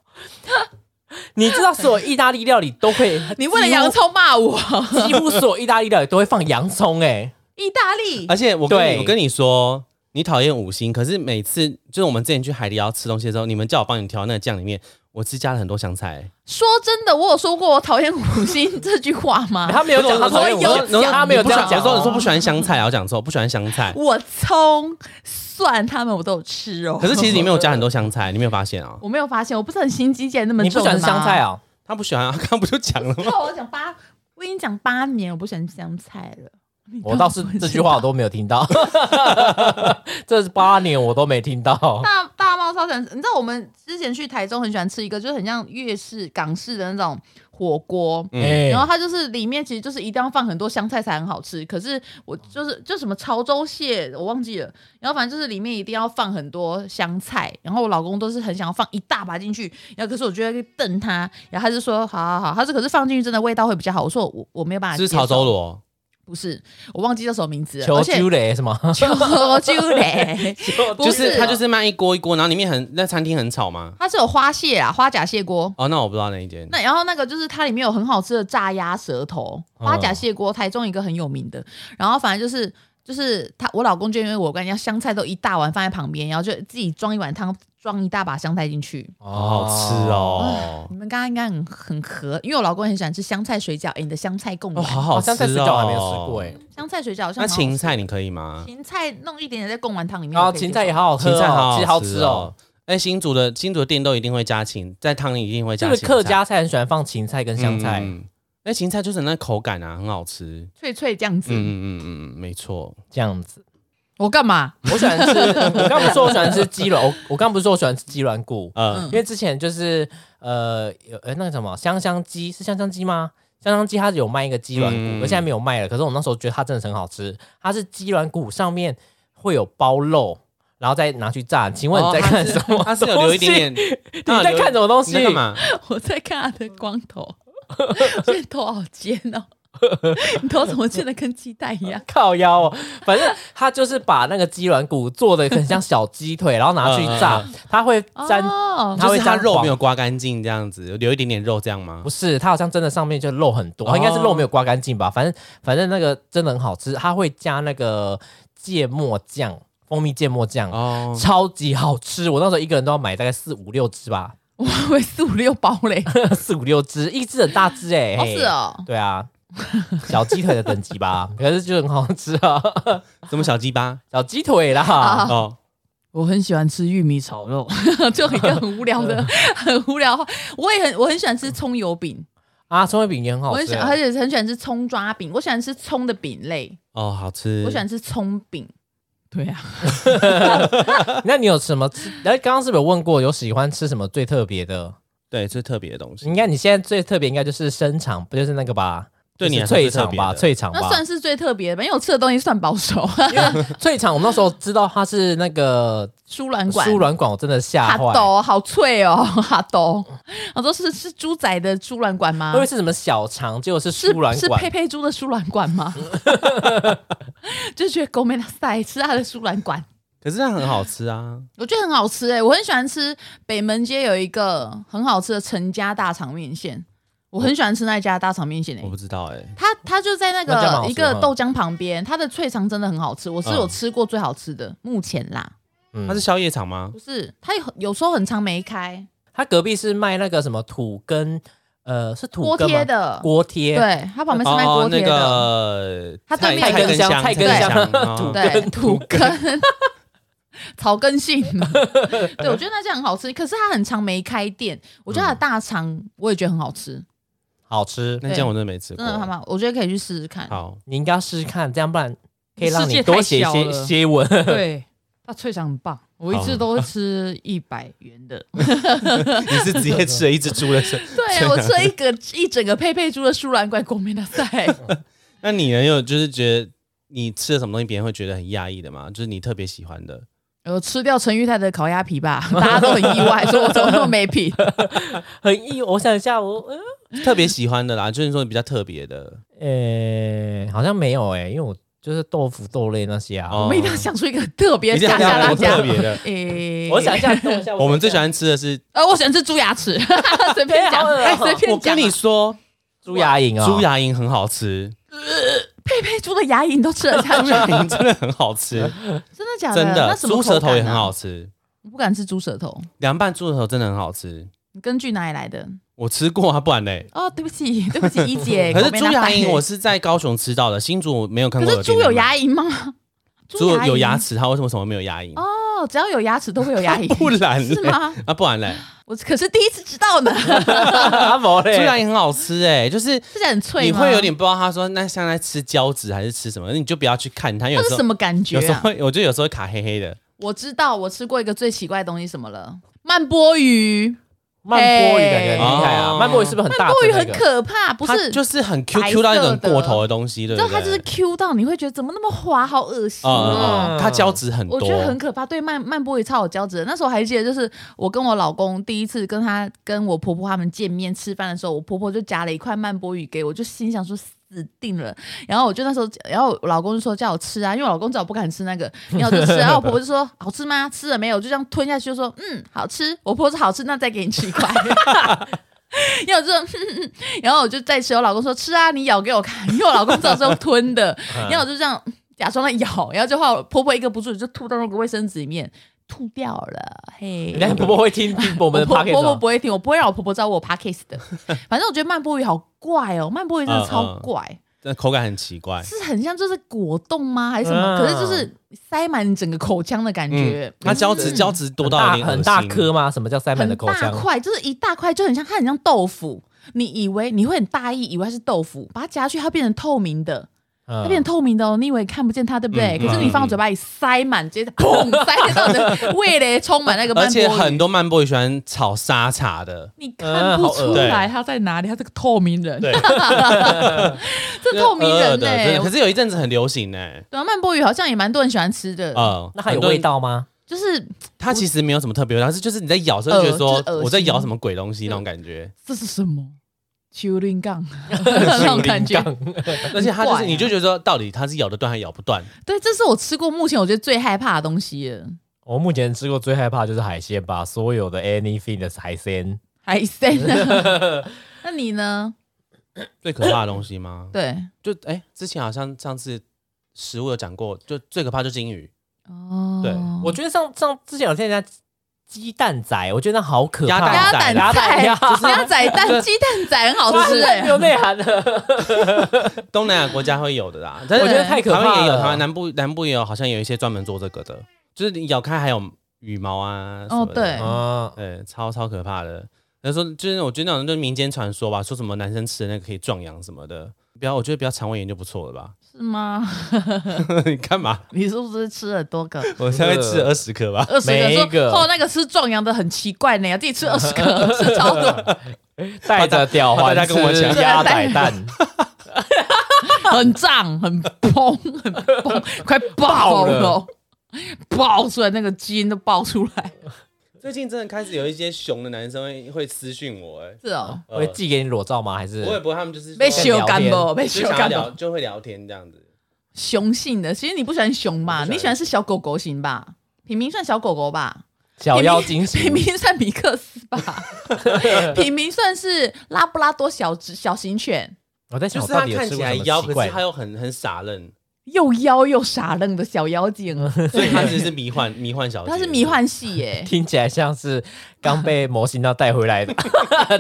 S2: 你知道所有意大利料理都 会，
S1: 你为了洋葱骂我？
S2: 几乎，几乎所有意大利料理都会放洋葱、欸，
S1: 意大利
S3: 而且我跟
S2: 对
S3: 你我跟你说，你讨厌五星，可是每次就是我们之前去海底捞吃东西的时候，你们叫我帮你调那个酱里面，我是加了很多香菜，
S1: 说真的，我有说过我讨厌五星这句话
S3: 啊
S1: 吗？
S2: 他没有讲他讨厌
S1: 我
S2: 我
S1: 有
S2: 说，
S1: 讲
S2: 他没有
S3: 不
S2: 这样
S3: 想
S2: 讲哦，
S3: 我说你说不喜欢香菜啊，我讲错，不喜欢 香菜。
S1: 我葱、蒜他们我都有吃哦。
S3: 可是其实里面有加很多香菜，你没有发现啊？
S1: 我没有发现，我不是很心机，竟然那么
S2: 你不
S1: 重
S2: 喜欢吃香 菜
S1: 啊？
S2: 啊？
S3: 他不喜欢啊， 刚刚不就讲了吗？
S1: 靠，我讲八，我已经讲八年，我不喜欢香菜了。你
S2: 我倒是
S1: 不知
S2: 这
S1: 道
S2: 句话我都没有听到， 这八年我都没听到。
S1: 大大猫超喜欢，你知道我们之前去台中很喜欢吃一个，就是很像粤式、港式的那种火锅。
S3: 嗯
S2: 哎
S1: 然后它就是里面其实就是一定要放很多香菜才很好吃，可是我就是就什么潮州蟹我忘记了，然后反正就是里面一定要放很多香菜，然后我老公都是很想要放一大把进去，然后可是我就会瞪他，然后他就说好啊好好，他说可是放进去真的味道会比较好，我说我我没有办法
S2: 啊
S3: 是
S1: 接
S3: 不
S1: 受，
S3: 是潮州螺，
S1: 不是我忘记叫什么名字了，
S2: 求
S1: 而且
S2: 朱雷是吗？
S1: 求救嘞，不
S3: 就是它就是卖一锅一锅，然后里面很那餐厅很吵
S2: 嗯
S3: 吗？
S1: 它是有花蟹啊，花甲蟹锅。
S3: 哦，那我不知道那一间。
S1: 那然后那个就是它里面有很好吃的炸鸭舌头、
S3: 嗯
S1: 花甲蟹锅，台中一个很有名的。然后反正就是就是他，我老公就因为我跟人家香菜都一大碗放在旁边，然后就自己装一碗汤，装一大把香菜进去。
S3: 哦好好吃。哦，
S1: 你们刚刚应该很很合，因为我老公很喜欢吃香菜水饺，哎，你的香菜贡
S3: 哦，
S1: 丸，
S3: 好
S2: 哦
S3: 好吃
S2: 香
S3: 哦！
S2: 菜水饺还没有吃过哎、
S1: 香菜水饺好像
S3: 那
S1: 蛮好
S3: 芹
S1: 吃
S3: 菜你可以吗？
S1: 芹菜弄一点点在贡丸汤里面，
S2: 然后
S1: 我可以接
S2: 芹菜也
S1: 受
S2: 好好喝、哦，
S3: 芹菜好
S2: 其实好吃哦。。
S3: 哎，新竹的新竹的店都一定会加芹，在汤里一定会
S2: 这
S3: 加
S2: 个
S3: 芹菜。
S2: 客家菜很喜欢放芹菜跟
S3: 嗯
S2: 香菜，
S3: 嗯哎，芹菜就是那口感啊，很好吃。
S1: 脆脆这样
S3: 嗯
S1: 子。
S3: 嗯嗯嗯嗯，没错。
S2: 这样子。
S1: 我干嘛？
S2: 我喜欢吃，我刚不是说我喜欢吃鸡卵，我我刚不是说我喜欢吃鸡卵骨，
S3: 呃
S1: 嗯，
S2: 因为之前就是呃有呃那个什么香香鸡是香香鸡吗？香香鸡它有卖一个鸡卵骨，
S3: 嗯
S2: 而现在没有卖了。可是我那时候觉得它真的是很好吃，它是鸡卵骨上面会有包肉，然后再拿去炸。请问你在看什么？
S3: 哦 它是有留一点点，它
S2: 你
S3: 有
S2: 在
S3: 留
S2: 看什么东
S3: 你
S2: 西？
S3: 在干嘛？
S1: 我在看他的光头， 这头好尖哦， 你头怎么尖的跟鸡蛋一样？
S2: 靠腰哦，反正他就是把那个鸡软骨做的很像小鸡腿，然后拿去炸
S3: 嗯，
S2: 它会沾，
S1: 哦
S2: 它
S3: 就
S2: 会
S3: 是它
S2: 沾
S3: 肉
S2: 黄
S3: 没有刮干净，这样子有留一点点肉，这样吗
S2: 不？是，它好像真的上面就肉很多，
S3: 哦
S2: 应该是肉没有刮干净吧，反正反正那个真的很好吃，它会加那个芥末酱，蜂蜜芥末酱。
S3: 哦，
S2: 超级好吃！我那时候一个人都要买大概四五六只吧，
S1: 我以为四五六包嘞。
S2: 四五六只，一只很大只哎、
S1: 哦哦，是哦，
S2: 对啊，小鸡腿的等级吧， 可是就很好吃啊，
S3: 什么小鸡巴
S2: 小鸡腿啦
S1: 好，
S3: 哦，
S4: 我很喜欢吃玉米炒肉，
S1: 就一个很无聊 的、很无聊的话。我也很我很喜欢吃葱油饼，
S2: 啊，葱油饼也
S4: 哦
S2: 很好
S1: 我很喜
S2: 吃，
S1: 欢，而且很喜欢吃葱抓饼。我喜欢吃葱的饼类，
S3: 哦，好吃。
S1: 我喜欢吃葱饼。
S4: 对啊，
S2: 那你有什么吃？哎，刚刚是不是有问过有喜欢吃什么最特别的？
S3: 对最特别的东西，
S2: 应该你现在最特别应该就是生肠，不就是那个吧？
S3: 对你
S2: 就是
S3: 来
S2: 脆
S3: 说最特
S2: 肠
S3: 别
S2: 吧，
S3: 的。
S2: 脆肠吧
S1: 那。算是最特别的吧，因为我吃的东西算保守，
S2: 脆肠，我们那时候知道它是那个
S1: 输卵管、
S2: 输卵管，我真的吓
S1: 哈
S2: 坏。
S1: 豆好脆哦， 哈豆。我说是是猪仔的输卵管吗
S2: 因？为是什么小肠，结果是
S1: 是
S2: 输卵
S1: 啊是
S2: 管
S1: 佩，佩猪的输卵管 吗？就觉得狗没那塞，吃它的输卵管，
S3: 可是它很好吃啊，
S1: 我觉得很好吃哎、我很喜欢吃北门街有一个很好吃的陈家大肠面线，我很喜欢吃那家大肠面线哎、
S3: 我不知道哎、
S2: 嗯
S1: 它它就在那
S2: 那家蛮好
S1: 个
S2: 吃的啊
S1: 一个豆浆旁边，它的脆肠真的很好吃，我是
S3: 嗯
S1: 有吃过最好吃的，目前啦，
S2: 嗯
S3: 它是宵夜场吗？
S1: 不是它有有时候很长没开，
S2: 它隔壁是卖那个什么土根，呃，是土
S1: 锅
S2: 根吗
S1: 贴的，
S2: 锅贴，哦
S1: 对，它旁边是卖锅贴的，
S3: 哦
S1: 它
S3: 那个
S1: 对
S3: 菜
S1: 面有
S2: 一
S3: 菜
S2: 个
S3: 根香，
S2: 菜根
S3: 根
S1: 香
S3: 哦
S1: 对，
S2: 土
S1: 土根。 草根性，对我觉得那家很好吃，可是它很长没开店。我觉得它的大肠我也觉得很好吃，
S2: 好吃。
S3: 那这样我真的没吃过
S1: 真。的还蛮，我觉得可以去试试看。
S3: 哦好，
S2: 你应该要试试看，这样不然可以让
S4: 世
S2: 你
S4: 界
S2: 多
S4: 太
S2: 写一
S4: 小
S2: 些
S4: 了
S2: 些文。
S4: 对， 它脆肠很棒，我一直都会吃一百元的，
S3: 你是直接吃了一只猪的身，
S1: 对，啊我吃了一个一整个佩佩猪的输卵管果面的 塞，
S3: 那你人有就是觉得你吃了什么东西，别人会觉得很压抑的吗？就是你特别喜欢的，
S4: 我吃掉陈玉泰的烤鸭皮吧，大家都很意外，说我怎么那么没品。
S2: 很意，我想一下，我呃
S3: 特别喜欢的啦，就是说比较特别 的。
S2: 呃、好像没有哎、因为我就是豆腐豆类那些啊。
S3: 哦
S1: 我们一定要想出一个特别
S3: 你这
S1: 吓
S3: 样
S1: 吓大
S3: 多
S1: 家
S3: 特。别 的。
S1: 诶
S2: 我想一下，等我一下，
S3: 我们最喜
S2: 欢
S3: 欢吃的是，
S1: 呃，我喜欢吃猪牙 齿，随便讲
S2: 哎好恶，
S1: 哎随
S3: 我
S1: 便讲
S3: 跟。你说，
S2: 猪牙龈啊，
S3: 猪牙龈很好吃，
S1: 佩佩猪的牙龈都吃得下
S3: 猪
S1: 去，
S3: 牙龈真的很好吃，
S1: 真的假
S3: 真
S1: 那
S3: 的。
S1: 什么口
S3: 猪
S1: 感啊
S3: 舌头也很好，吃，
S1: 我不敢吃猪舌头。
S3: 凉拌猪舌头真的很好吃。
S1: 你根据哪里来的？
S3: 我吃过啊，不然嘞。
S1: 哦，对不起， 对不起，一姐。
S3: 可是
S1: 狗没
S3: 猪
S1: 拿
S3: 牙
S1: 白
S3: 龈我是在高雄吃到的，新竹我没有看
S1: 可
S3: 过。
S1: 是猪有，牙龈吗？
S3: 猪有有牙
S1: 龈
S3: 齿，它为什么什么没有牙龈？
S1: 哦，只要有牙齿都会有牙龈，
S3: 不然嘞
S1: 是吗？
S3: 啊，不然嘞，
S1: 我可是第一次知道 呢，
S2: 阿毛
S3: 猪牙
S2: 嘞，
S3: 龈很好吃哎，就是
S1: 吃起来很脆
S3: 你
S1: 吗
S3: 会有点不知道他说那像在吃胶质还是吃什么，那你就不要去看它，因为
S1: 它
S3: 有时
S1: 是什
S3: 候
S1: 么感觉
S3: 有时候
S1: 啊？
S3: 会，我觉得有时候会卡黑黑的。
S1: 我知道，我吃过一个最奇怪的东西，什么了？慢波鱼，
S2: 慢波鱼感觉很厉害啊，
S3: 哦
S2: 慢波鱼是不是很大
S1: 慢波
S2: 只
S1: 鱼
S2: 那
S1: 很
S2: 个？
S1: 可怕，不
S3: 它
S1: 是？
S3: 就是很
S1: 白
S3: QQ
S1: 色
S3: 到一种
S1: 的
S3: 过头的东西，对
S1: 你
S3: 不
S1: 知道它
S3: 对？
S1: 就是 Q 到，你会觉得怎么那么滑，好恶心
S3: 嗯嗯
S1: 哦。
S3: 嗯它胶质很多，
S1: 我觉得很可怕，对慢慢波鱼超有胶质的。那时候我还记得，就是我跟我老公第一次跟他跟我婆婆他们见面吃饭的时候，我婆婆就夹了一块慢波鱼给我，就心想说。死定了，然后我就那时候，然后我老公就说叫我吃啊，因为我老公知道我不敢吃那 个，然后我就吃，然后我婆婆就说好吃吗？吃了没有？我就这样吞下去，就说嗯好吃。我婆婆说好吃，那再给你吃一块。 然后我就说，嗯嗯然后我就再吃，我老公说吃啊，你咬给我看，因为我老公知道是用吞 的，
S2: 嗯
S1: 然后我就这样假装在咬，然后就后来婆婆一个不注意就吐到那个卫生纸里面，吐掉了。嘿，
S2: 你看婆婆会听听我
S1: 我
S2: 们的哦 p
S1: 婆婆
S2: o c
S1: 婆
S2: a
S1: 不会听，我不会让我婆婆知道我有 p a c a s 的。反正我觉得慢波鱼好怪哦，慢波鱼真
S2: 嗯
S1: 的超怪，
S3: 那口感很奇怪。
S1: 是很像就是果冻吗？还是什么？
S2: 嗯
S1: 可是就是塞满你整个口腔的感觉，
S3: 它胶
S2: 嗯
S3: 质胶质多到有点
S2: 很大
S3: 恶心
S2: 颗吗？什么叫塞满的
S1: 很
S2: 口
S1: 大
S2: 腔？
S1: 块，就是一大块，就很像它很像豆腐。你以为你会很大意，以为它是豆腐，把它夹下去，它变成透明的。它
S2: 嗯
S1: 变透明的哦，你以为看不见它，对不对？
S3: 嗯
S1: 可是你放到嘴巴里塞满，直接砰 塞到你的味蕾，充满那个
S3: 而
S1: 慢波
S3: 且
S1: 鱼，
S3: 很多慢波鱼喜欢炒沙茶的，
S1: 你看不出
S3: 嗯好
S1: 来
S3: 恶
S1: 它在哪里，它是个透明人，
S3: 对
S1: 这透明
S3: 就是
S1: 人
S3: 鹅
S1: 呢、
S3: 的真的可
S1: 欸。
S3: 是有一阵子很流行呢、
S1: 对啊，慢波鱼好像也蛮多人喜欢吃的，
S3: 嗯，
S2: 那它有
S3: 很多
S2: 味
S3: 人。
S2: 道吗？
S1: 就是
S3: 它其实没有什么特别味道，是就是你在咬的时候就觉得
S1: 呃就是恶
S3: 说
S1: 心
S3: 我在咬什么鬼东西那种感觉，
S4: 这是什么？
S1: 丘陵 杠那种感觉。
S3: 而且它
S1: 很
S3: 就
S1: 怪啊
S3: 是你就觉得说到底它是咬得断还咬不断，
S1: 对，这是我吃过目前我觉得最害怕的东西了，
S2: 我目前吃过最害怕就是海鲜吧，所有的 anything 的海鲜。
S1: 海鲜啊。那你呢？
S3: 最可怕的东西吗？
S1: 对，
S3: 就哎、之前好像上次食物有讲过，就最可怕就是金鱼，
S1: 哦，
S3: 对
S2: 我觉得上上之前有听人家鸡蛋仔，我觉得那好可
S3: 鸭
S2: 怕。
S3: 蛋仔
S1: 蛋
S3: 鸭
S1: 仔，
S2: 鸭蛋
S1: 鸭仔蛋、鸡蛋仔很好吃
S2: 太
S1: 哎，
S2: 有内涵了，
S3: 东南亚国家会有的 啦，但
S2: 我
S3: 是
S2: 觉得太可
S3: 台
S2: 怕了。
S3: 湾也有，台湾南部南部也有，好像有一些专门做这个的，就是你咬开还有羽毛啊什么的。
S1: 对
S2: 啊，
S3: 对，超超可怕的。那时候就是我觉得那种就是民间传说吧，说什么男生吃的那个可以壮阳什么的，不要我觉得不要肠胃炎就不错了吧？
S1: 是吗？
S3: 你干嘛？
S1: 你是不是吃了多个？
S3: 我大概吃了二十颗吧。
S1: 二十
S2: 每一
S1: 个
S2: 个
S1: 说哦，那个吃壮阳的很奇怪呢，自己吃二十个，吃超多，
S2: 带着吊
S3: 怕
S2: 环
S3: 大家跟我
S2: 吃
S3: 抢
S2: 鸭仔蛋，
S1: 很胀，很崩，很崩，快爆了，爆出来那个基因都爆出来，
S3: 最近真的开始有一些熊的男生会会私讯我、哎，
S1: 是哦，
S2: 我会寄给你裸照吗？还
S3: 我也
S2: 是
S3: 不会，他们就是
S1: 被
S3: 说
S2: 羞
S1: 修干不？被
S3: 就
S1: 修
S3: 想要
S1: 干
S3: 聊
S1: 不？
S3: 就会聊天这样子。
S1: 雄性的，其实你不喜欢熊
S3: 我
S1: 嘛，
S3: 不喜欢
S1: 你喜欢是小狗狗型吧？平民算小狗狗吧，
S2: 小妖精
S1: 平
S2: 型？
S1: 民算米克斯 吧，平民算是拉布拉多小只小型犬，
S2: 我在想，
S3: 就是
S2: 我哦到
S3: 他
S2: 底有
S3: 看
S2: 吃
S3: 起
S2: 过
S3: 来
S2: 什
S3: 妖，
S2: 么
S3: 可
S2: 奇
S3: 是
S2: 怪
S3: 他
S2: 的？
S3: 又很很傻愣，
S1: 又妖又傻愣的小妖精，
S3: 所以他只是迷幻迷 幻小姐。
S1: 它是迷幻系耶、
S2: 听起来像是刚被模型刀带回 来的，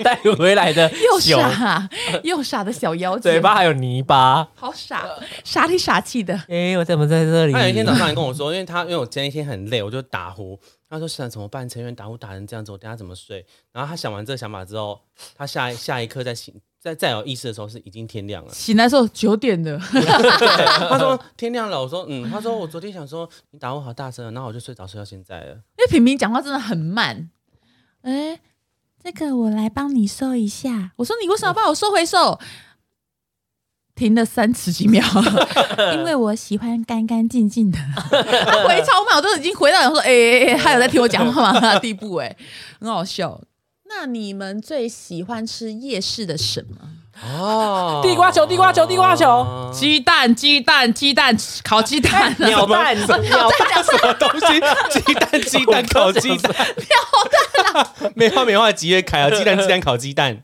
S2: 带回来的
S1: 又
S2: 熊，
S1: 傻又傻的小妖精，
S2: 嘴巴还有泥巴。
S1: 好傻，傻里傻气的。。
S2: 哎、我怎么在这里？
S3: 他有一天早上来跟我说，因为他因为我前一天很累，我就打呼。他说：“啊想怎么办？成员打呼打成这样子，我等下怎么睡？”然后他想完这个想法之后，他下一下一刻再醒，再再有意识的时候是已经天亮了
S1: 醒来的时候九点的，
S3: 他说：“天亮了。”我说：“嗯。”他说：“我昨天想说你打呼好大声，然后我就睡着睡到现在了。
S1: 因为平平讲话真的很慢，
S5: 哎，这个我来帮你收一下。
S1: 我说你为什么要帮我收回收？停了三十几 秒，
S5: 因为我喜欢干干净净 的。
S1: 他回超慢，我都已经回到想说，哎、欸欸，他有在听我讲话吗？ 的地步、欸，哎，很好笑。那你们最喜欢吃夜市的什么？”
S3: 哦，
S2: 地瓜球，地瓜球，地瓜球，哎
S1: 鸡蛋，鸡蛋，鸡蛋，烤鸡蛋，
S2: 鸟 蛋， 鸟蛋，
S3: 什 么东西？鸡蛋，鸡蛋，烤鸡蛋，没话没话，集约开啊！鸡蛋，鸡蛋，烤鸡蛋，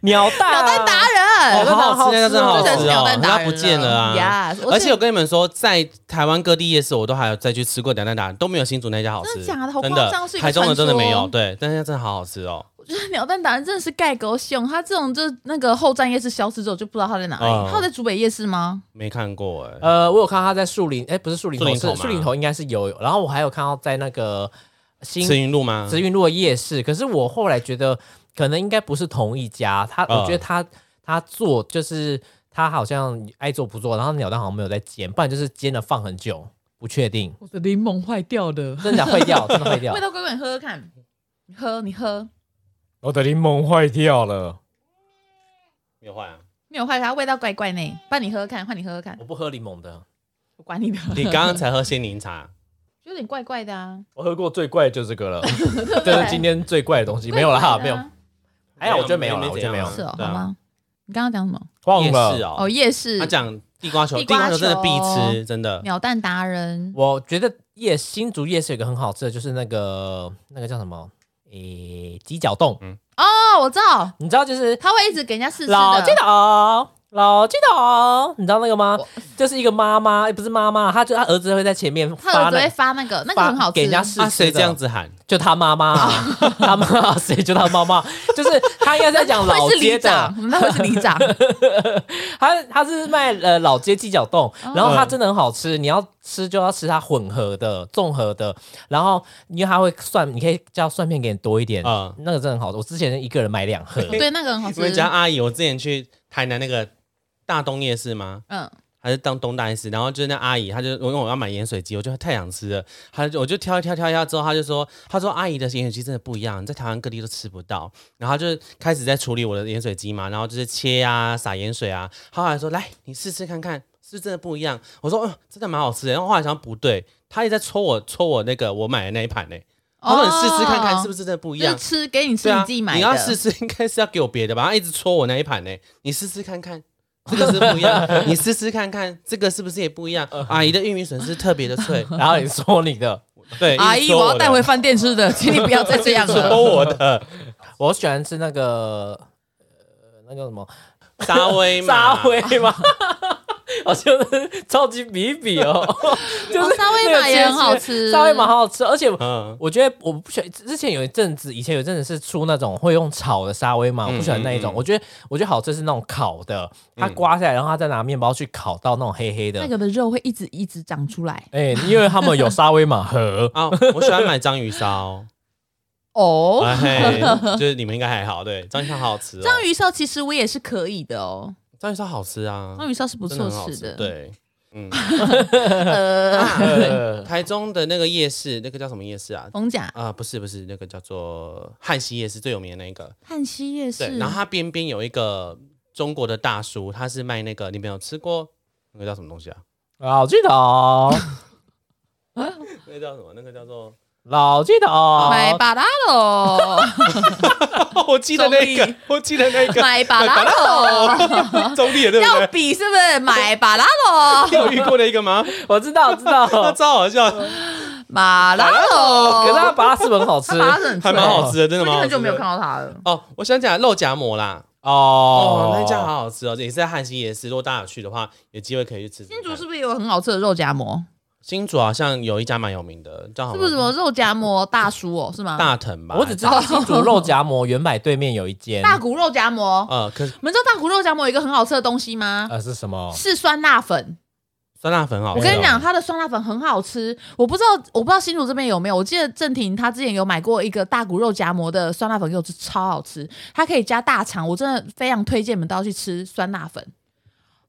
S2: 鸟蛋，
S1: 鸟蛋达人，
S3: 哦，好好吃，那个真的好
S1: 真的
S3: 吃
S1: 是鸟
S3: 哦
S1: 蛋，达
S3: 它
S1: 人
S3: 不见了啊！
S1: Yes，我
S3: 而且我跟你们说，在台湾各地夜市，我都还有再去吃过两蛋打，都没有新竹那家好吃。
S1: 真的假的好
S3: 真
S1: 夸张是一个
S3: 台中的真的没
S1: 传
S3: 有，
S1: 说
S3: 对，但是它真的好好吃哦。
S1: 我觉得鸟蛋达人真的是盖狗熊，他这种就那个后站夜市消失之后，就不知道他在哪
S3: 嗯
S1: 里。他有在竹北夜市吗？
S3: 没看过哎、
S2: 呃，我有看到他在树林，哎、不是树林
S3: 树
S2: 头，
S3: 林头
S2: 是
S3: 吗
S2: 树林头应该是有。然后我还有看到在那个新
S3: 慈云路吗？
S2: 慈云路的夜市，可是我后来觉得可能应该不是同一家，他、
S3: 嗯
S2: 我觉得他他做就是他好像爱做不做，然后鸟蛋好像没有在煎，不然就是煎了放很久，不确定，
S1: 我的柠檬坏掉了，
S2: 真的坏 掉，真的坏掉
S1: 味，道乖乖，你喝喝看，你喝你喝，
S2: 我的柠檬坏掉了，
S3: 没有坏啊。
S1: 没有坏，它味道怪怪呢。不然你喝喝看，换你喝喝看
S2: 我，不喝柠檬的，
S1: 我管你的，
S3: 你刚刚才喝仙灵茶，
S1: 有点怪怪的啊。
S2: 我喝过最怪的就是这 个了，
S1: 对不
S2: 这
S1: 对
S2: 是今天最怪的东西，没有啦，没有，还好我觉啊得没有
S3: 没
S2: 啦，
S3: 有
S2: 我觉得没有啊
S3: 没，
S1: 啊是哦，
S3: 对啊
S1: 好吗？你刚刚讲什么？
S2: 忘
S3: 夜市
S2: 了。
S1: 哦，
S3: 哦。
S1: 夜市
S3: 他，讲地瓜球，地
S1: 地瓜
S3: 瓜
S1: 球
S3: 球真的必吃，真的。
S1: 鸟蛋达人，
S2: 我觉得夜新竹夜市有一个很好吃的，就是那个那个叫什么，诶，鸡脚冻，
S1: 哦，我知道，
S2: 你知道就是
S1: 他会一直给人家试吃
S2: 老
S1: 的。
S2: 鸡头，老鸡头，你知道那个吗？就是一个妈妈，不是妈妈，她就她儿子会在前面
S1: 他儿
S2: 发
S1: 子
S2: 那
S1: 会发那个，那个
S2: 发
S1: 很好吃，
S2: 给人家试
S3: 啊，谁
S2: 吃
S3: 这样
S2: 的，
S3: 子喊？
S2: 就他妈妈
S1: 哦
S2: 啊，他妈谁就他妈妈，就是他应该在讲 老
S1: 会是
S2: 街
S1: 里
S2: 的
S1: 长，，那会是里 长，
S2: 他他是卖呃老街鸡脚冻，
S1: 哦
S2: 然后它真的很好吃，你要吃就要吃它混合的、综合的，然后因为它会蒜，你可以叫蒜片给你多一点，
S3: 嗯
S2: 那个真的很好吃，我之前一个人买两盒，
S1: 对，那个很好
S3: 我
S1: 吃
S3: 跟。你讲，阿姨，我之前去台南那个大东夜市吗？
S1: 嗯，
S3: 还是当东大夜市，然后就是那阿姨，她就我因为我要买盐水鸡，我就太想吃了，她就我就挑一挑挑一挑之后，她就说，她说阿姨的盐水鸡真的不一样，在台湾各地都吃不到。然后她就开始在处理我的盐水鸡嘛，然后就是切啊，撒盐水啊。她后来说，来你试试看看，是不是真的不一样？我说，嗯、真的蛮好吃的。然后后来想不对，她也在戳我戳我那个我买的那一盘呢、她说你试试看看是不
S1: 是
S3: 是真的不一
S1: 哦就是
S3: 样。
S1: 吃给你吃
S3: 对
S1: 你
S3: 啊，
S1: 自己买的？
S3: 你要试吃，应该是要给我别的吧？他一直戳我那一盘呢、你试试看看，这个是不一 样，你试试看看，这个是不是也不一样？阿姨的玉米笋是特别的脆，
S2: 然后你说你的。
S3: 对，
S1: 阿
S3: 一
S1: 姨，
S3: 直戳
S1: 我
S3: 我
S1: 要
S3: 的
S1: 带回饭店吃的，请你不要再这样了。
S3: 戳我的
S2: 我喜欢吃那个呃那叫什么
S3: 沙威嘛，
S2: 沙威吗？好像哦超级比比哦， 就是
S6: 哦沙威玛也很 好吃
S2: 沙威玛好好吃，而且
S3: 嗯，
S2: 我觉得我不喜欢，之前有一阵子，以前有一阵子是出那种会用炒的沙威玛，我不喜欢那一种。
S3: 嗯嗯，
S2: 我觉得我觉得好吃是那种烤的，它刮下来，然后它再拿面包去烤到那种黑黑的
S6: 那。个的肉会一直一直长出来。
S2: 哎、因为他们有沙威玛盒
S3: 啊，我喜欢买章鱼烧，
S6: 哦，
S3: 哎嘿，就是你们应该还好，对，章鱼烧好好吃哦，
S1: 章鱼烧其实我也是可以的哦，
S3: 章鱼烧好吃啊，
S6: 章鱼烧是不
S3: 真的
S6: 错
S3: 很好
S6: 吃
S3: 吃
S6: 的，，
S3: 对， 嗯， 啊
S1: 呃，
S2: 呃
S3: 台中的那个夜市，那个叫什么夜市啊？
S6: 逢甲
S3: 啊，不是不是，那个叫做汉西夜市最有名的那个，
S6: 汉西夜市
S3: 对，，然后它边边有一个中国的大叔，他是卖那个，你们有吃过那个叫什么东西啊？
S2: 老记得哦，
S3: 那个叫什么？那个叫做，
S2: 老记得哦，
S1: 买巴拉 喽，
S3: 哦我记得那个，我记得那个
S1: 买巴拉喽，
S3: 中立的，对不
S1: 要
S3: 对？
S1: 比是不是？买巴拉喽，
S3: 你有遇过那个 吗？
S2: 我知道，我 知道。
S3: 那超好笑，
S1: 马拉
S2: 可是它
S1: 喽，
S2: 巴拉是不是很好吃
S1: 它巴拉是很脆
S3: 还蛮好吃的，真
S1: 最
S3: 的蛮
S1: 近
S3: 好
S1: 很
S3: 吃的
S1: 久没有看到它了。
S3: 哦，我想起来肉夹馍啦。
S2: 哦
S3: 哦，，那家好好吃哦，这也是在汉西夜市。如果大家有去的话，有机会可以去吃吃
S1: 新
S3: 看。
S1: 竹是不是有很好吃的肉夹馍？
S3: 新竹好像有一家蛮有名的，叫
S1: 是不是什么肉夹馍大叔哦？是吗？
S3: 大藤吧？
S2: 我只知道新竹肉夹馍原买对面有一间，
S1: 大骨肉夹馍，
S3: 呃，可是
S1: 你们知道大骨肉夹馍有一个很好吃的东西吗？
S2: 呃是什么？
S1: 是酸辣粉。
S3: 酸辣粉好吃
S1: 我
S3: 哦。
S1: 跟你讲，它的酸辣粉很好吃。我不知道，我不知道新竹这边有没有。我记得郑婷她之前有买过一个大骨肉夹馍的酸辣粉给我吃，超好吃。它可以加大肠，我真的非常推荐你们都要去吃酸辣粉，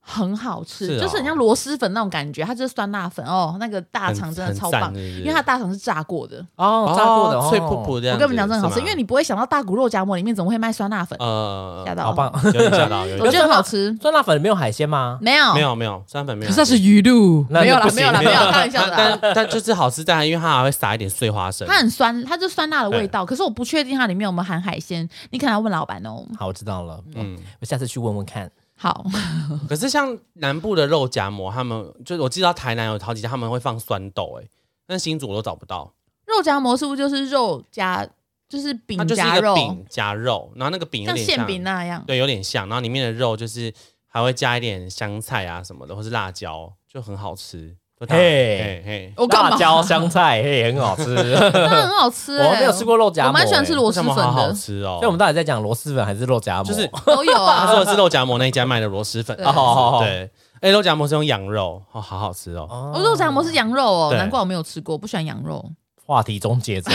S1: 很好吃，
S3: 是哦
S1: 就是很像螺蛳粉那种感觉。它就是酸辣粉哦，那个大
S3: 很
S1: 肠真的
S3: 很
S1: 超
S3: 赞
S1: 棒，
S3: 是不是
S1: 因为它的大肠是炸过的。
S2: 哦，炸过的，
S3: 哦
S2: 哦
S3: 脆噗噗，的样子。
S1: 我跟你们讲，真的很好吃，
S3: 是
S1: 因
S3: 吗
S1: 为你不会想到大骨肉夹馍里面怎么会卖酸辣粉，
S3: 呃
S1: 吓、，到
S2: 好棒。
S3: 有点吓到，有
S1: 我
S3: 点
S1: 觉得很好吃。
S2: 酸辣粉里面有海鲜吗？
S1: 没有，
S3: 没有没有酸辣粉没有。
S6: 鱼露
S2: 那
S1: 没有啦
S2: 不行
S1: 没有啦没有啦开玩笑的啦啊
S3: 但但但就是好吃在，因为它还会撒一点碎花生。
S1: 它很酸，它就酸辣的味道。可是我不确定它里面有没有含海鲜，你可能要问老板哦。
S2: 好，我知道了，哦
S3: 嗯，
S2: 我下次去问问看。
S1: 好，
S3: 可是像南部的肉夹馍，他们就是我记得台南有好几家他们会放酸豆，哎，但新竹我都找不到。
S1: 肉夹馍是不是就是肉夹，就是饼
S3: 它就是
S1: 夹
S3: 一个
S1: 肉，
S3: 饼夹肉，然后那个饼有
S1: 像
S3: 点
S1: 馅饼那样？
S3: 对，有点像，然后里面的肉就是还会加一点香菜啊什么的，或是辣椒，就很好吃。就大
S2: 嘿
S3: 嘿嘿，
S1: 我干
S2: 辣
S1: 嘛？
S2: 椒香菜，嘿，很好吃。
S1: 真的很好吃、欸，
S2: 我没有吃过肉夹馍欸
S1: 我蛮喜欢吃螺蛳
S3: 这
S1: 粉
S3: 么好好
S1: 的，
S3: 吃哦。
S2: 所以我们到底在讲螺蛳粉还是肉夹馍？
S3: 就是
S1: 都有
S3: 他
S1: 啊。
S3: 说的是肉夹馍那一家卖的螺蛳粉，
S1: 对
S2: 哦好好好
S3: 对，哎，肉夹馍是用羊肉，哦，好好吃哦。
S2: 哦
S1: 我肉夹馍是羊肉哦，
S3: 对
S1: 难怪我没有吃过，我不喜欢羊肉。
S2: 话题终结者，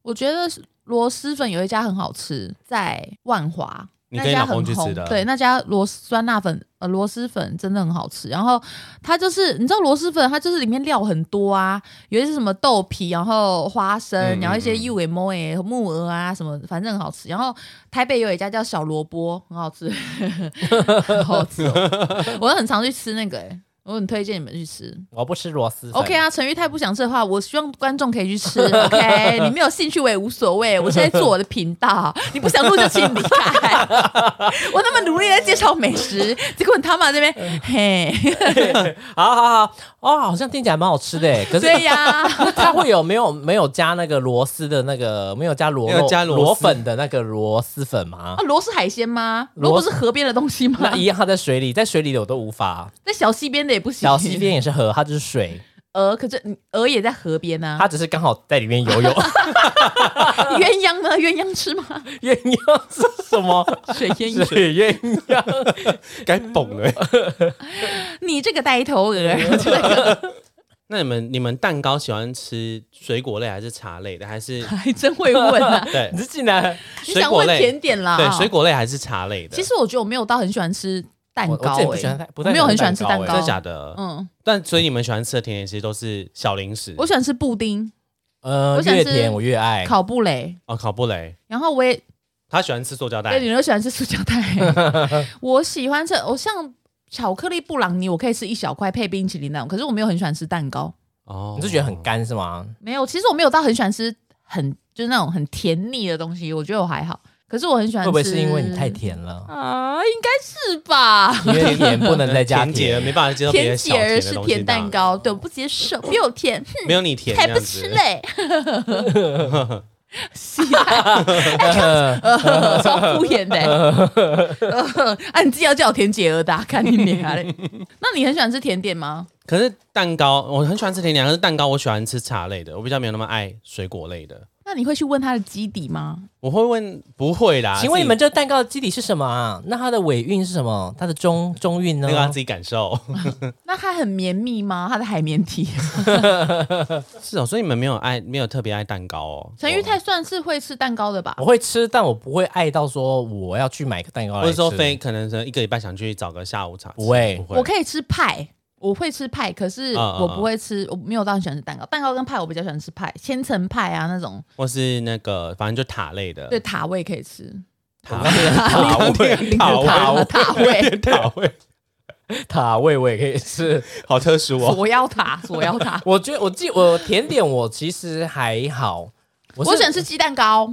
S1: 我觉得螺蛳粉有一家很好吃，在万华，
S3: 你
S1: 那
S3: 跟你
S1: 家
S3: 老
S1: 很红，
S3: 公去吃的啊
S1: 对，那家螺酸辣粉呃螺蛳粉真的很好吃。然后它就是你知道螺蛳粉，它就是里面料很多啊，有一些什么豆皮，然后花生，
S3: 嗯
S1: 然后一些
S3: 嗯嗯
S1: U M O 哎木耳啊什么，反正很好吃。然后台北有一家叫小萝卜，很好吃， 好好吃、哦。 我很常去吃那个哎、我很推荐你们去吃。
S2: 我不吃螺蛳粉。
S1: OK 啊，陈玉泰不想吃的话，我希望观众可以去 吃。OK，你没有兴趣我也无所谓，我现在做我的频道，你不想录就请你离 开。我那么努力在介绍美食，结果你他妈这 边嘿，
S2: 好好好，哦，好像听起来蛮好吃的欸耶，可是
S1: 对呀、
S2: 它会有没有没有加那个螺丝的那个没有加螺
S3: 没有加螺丝
S2: 螺粉的那个螺蛳粉吗
S1: 啊，？螺是海鲜吗？
S2: 螺
S1: 螺不是河边的东西 吗
S2: 那？一样，它在水里，在水里的我都 无法。
S1: 在小溪边的也不行。
S2: 小溪边也是河，它就是水，
S1: 鹅，可是你鹅也在河边啊。
S2: 它只是刚好在里 面游泳。
S1: 鸳鸯呢？鸳鸯吃吗？
S2: 鸳鸯是什么？
S1: 水鸳鸯，
S2: 水鸳鸯。
S3: 该崩了。
S1: 你这个呆头 鹅，就那个
S3: 那你们你们蛋糕喜欢吃水果类还是茶类的？还是。
S1: 还真会问啊
S3: 对
S2: 你是竟然
S1: 你
S3: 水
S1: 想
S3: 果
S1: 问
S3: 类
S1: 甜点啦？
S3: 对水果类还是茶类的？
S1: 其实我觉得我没有到很喜欢吃蛋
S2: 我
S1: 糕、
S2: 我自
S1: 欸，
S2: 己不喜欢太不
S1: 我
S2: 太
S1: 没有很喜欢吃
S2: 蛋
S1: 蛋
S2: 糕
S1: 糕，
S2: 欸
S3: 真的假的？
S1: 嗯，
S3: 但所以你们喜欢吃的甜点其实都是小零食。
S1: 我喜欢吃布丁、
S2: 呃
S1: 我想吃
S2: 越甜我越爱。
S1: 烤布雷，
S3: 哦，烤布雷，
S1: 然后我也
S3: 他喜欢吃塑胶袋
S1: 对，。你都喜欢吃塑胶袋， 我喜欢吃，我像巧克力布朗尼，我可以吃一小块配冰淇淋那种，可是我没有很喜欢吃蛋糕，
S3: 哦
S2: 你是觉得很干是吗？
S1: 没有，其实我没有到很喜欢吃很就是那种很甜腻的东西，我觉得我还好，可是我很喜欢
S2: 会
S1: 吃，
S2: 不会是因为你太甜了？
S1: 啊？应该是吧。
S2: 因为甜不能再加
S3: 甜 姐没办法接受别
S1: 甜
S3: 人小
S1: 姐儿
S3: 甜的
S1: 是
S3: 东西
S1: 甜蛋
S3: 吧，
S1: 嗯糕，对，我不接受，比我甜，哼
S3: 没有你 甜，
S1: 才不吃，嘞。 西兰， 呃超敷衍的、呃 啊，你自己要叫我甜姐儿的啊、看你俩嘞。那你很喜欢吃甜点吗？
S3: 可是蛋糕，我很喜欢吃甜点，可是蛋糕我喜欢吃茶类的，我比较没有那么爱水果类的。
S1: 那你会去问他的基底吗？
S3: 我会问，不会啦。
S2: 请问你
S3: 自己
S2: 们这蛋糕的基底是什么啊？那它的尾韵是什么？它的中中韵呢
S3: 那？个要自己感受
S1: 那它很绵密吗？它的海绵体？
S3: 是哦，所以你们没有爱，没有特别爱蛋糕哦。
S1: 陈玉泰算是会吃蛋糕的吧
S2: 我？会吃，但我不会爱到说我要去买个蛋糕
S3: 我，
S2: 来
S3: 或者
S2: 吃。
S3: 说非可能是一个礼拜想去找个下午茶吃，
S2: 不会
S3: 不会，
S1: 我可以吃派，我会吃派，可是
S3: 嗯嗯
S1: 我不会吃，我没有到很喜欢吃蛋糕。蛋糕跟派我比较喜欢吃派，千层派啊那种，
S3: 或是那个反正就塔类的，
S1: 对塔位可以吃。
S3: 嗯塔
S2: 塔位
S3: 塔位
S1: 塔
S2: 位
S1: 塔位，
S3: 塔位，
S2: 塔位我也可以吃。。
S3: 好特殊 哦。
S1: 锁腰塔，锁腰塔
S2: 我觉得我记我甜点我其实还好， 我
S1: 我
S2: 是
S1: 喜欢吃鸡蛋糕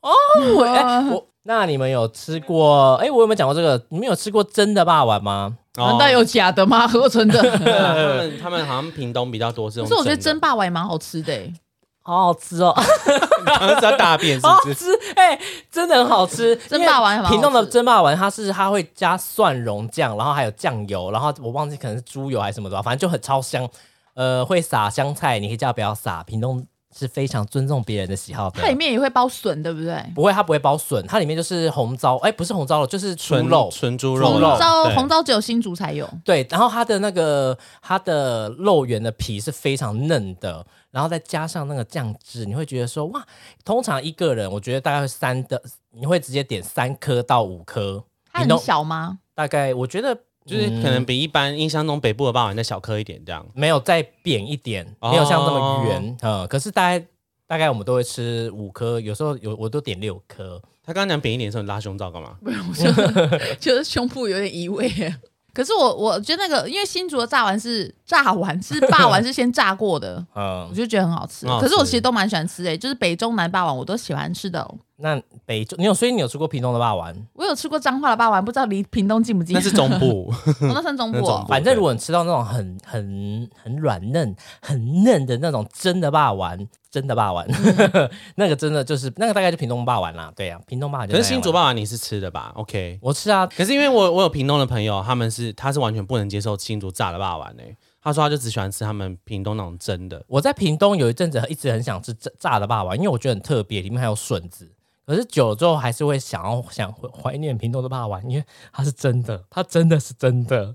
S2: 我哎我。那你们有吃过？哎、我有没有讲过这个？你们有吃过真的霸王吗？
S3: 哦
S1: 难道 有假的吗？合成的。
S3: 对啊他们他们好像屏东比较多是
S1: 可
S3: 用
S1: 是
S3: 的，啊
S1: 我觉得蒸 霸王也蛮好吃的欸，
S2: 好好吃哦，
S3: 好像是要大便是
S2: 好
S3: 不
S2: 好
S3: 是？
S2: 吃！哎、 真的很好吃。
S1: 蒸霸王也蛮好吃
S2: 屏东的蒸霸丸，它是它会加蒜蓉酱，然后还有酱油，然后我忘记可能是猪油还是什么的吧，反正就很超香。呃，会撒香菜，你可以叫它不要撒。屏东是非常尊重别人的喜好的
S1: 它。里面也会包笋，对不对？
S2: 不会，它不会包笋，它里面就是红糟，哎、不是红糟了，就是猪
S3: 纯
S2: 肉。
S3: 纯猪
S2: 红
S3: 肉
S1: 红
S3: 啦，
S1: 糟
S3: 对
S1: 红糟只有新竹才有，
S2: 对，然后它的那个它的肉圆的皮是非常嫩的，然后再加上那个酱汁，你会觉得说哇，通常一个人我觉得大概会三的，你会直接点三颗到五颗，
S1: 它
S2: 你弄
S1: 很小 吗？
S2: 大概我觉得
S3: 就是
S2: 嗯
S3: 可能比一般印象中北部的霸王再小颗一点这样。
S2: 没有再扁一点，
S3: 哦
S2: 没有像这么圆，呃，可是大概大概我们都会吃五颗，有时候有我都点六颗，，
S3: 他刚刚讲扁一点的时候，你拉胸罩干 嘛？
S1: 不是，我就觉得胸部有点移位耶。可是我我觉得那个，因为新竹的炸丸是炸丸，是霸丸是先炸过
S3: 哦
S1: 的我
S2: 嗯，
S1: 就觉得很好吃。
S3: 很好吃
S1: 可是我其实都蛮喜欢吃诶，欸就是北中南霸丸我都喜欢吃的哦、
S2: 那北中你有所以你有吃过屏东的霸王，
S1: 我有吃过彰化的霸丸，不知道离屏东近不近？
S3: 那是 中 部，
S1: 我那算中部、哦。
S2: 反正如果你吃到那种很很很软嫩、很嫩的那种真的霸丸，真的霸丸， 那个真的就是那个大概就屏东霸丸啦。对呀、啊屏东霸丸就
S3: 可
S2: 那样
S3: 是
S2: 啦
S3: 新竹霸王你是吃的吧？OK。
S2: 我吃啊，
S3: 可是因为我我有屏东的朋友，他们是他是完全不能接受新竹炸的霸王诶、他说他就只喜欢吃他们屏东那种蒸的，
S2: 我在屏东有一阵子一直很想吃炸炸的霸丸，因为我觉得很特别，里面还有笋子。可是久了之后还是会想要想怀念屏东的霸丸，因为它是真的，它真的是真的。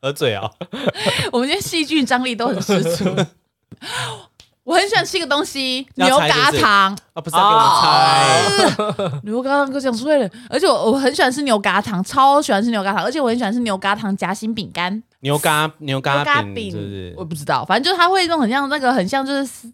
S3: 喝醉哦，
S1: 我们今天戏剧张力都很十足。 我很喜欢吃一个东西，
S3: 要
S1: 牛
S3: 猜是不
S1: 轧
S3: 是
S1: 糖。
S3: 啊不是要给我
S1: 哦哎
S3: 猜，
S1: 牛轧糖给我讲出来了，而且我我很喜欢吃牛轧糖，超喜欢吃牛轧糖，而且我很喜欢吃牛轧糖夹心饼干。
S3: 牛轧牛
S1: 牛
S3: 轧饼
S1: 饼
S3: 是不是
S1: 我？不知道，反正就是它会弄很像那个，很像就是丝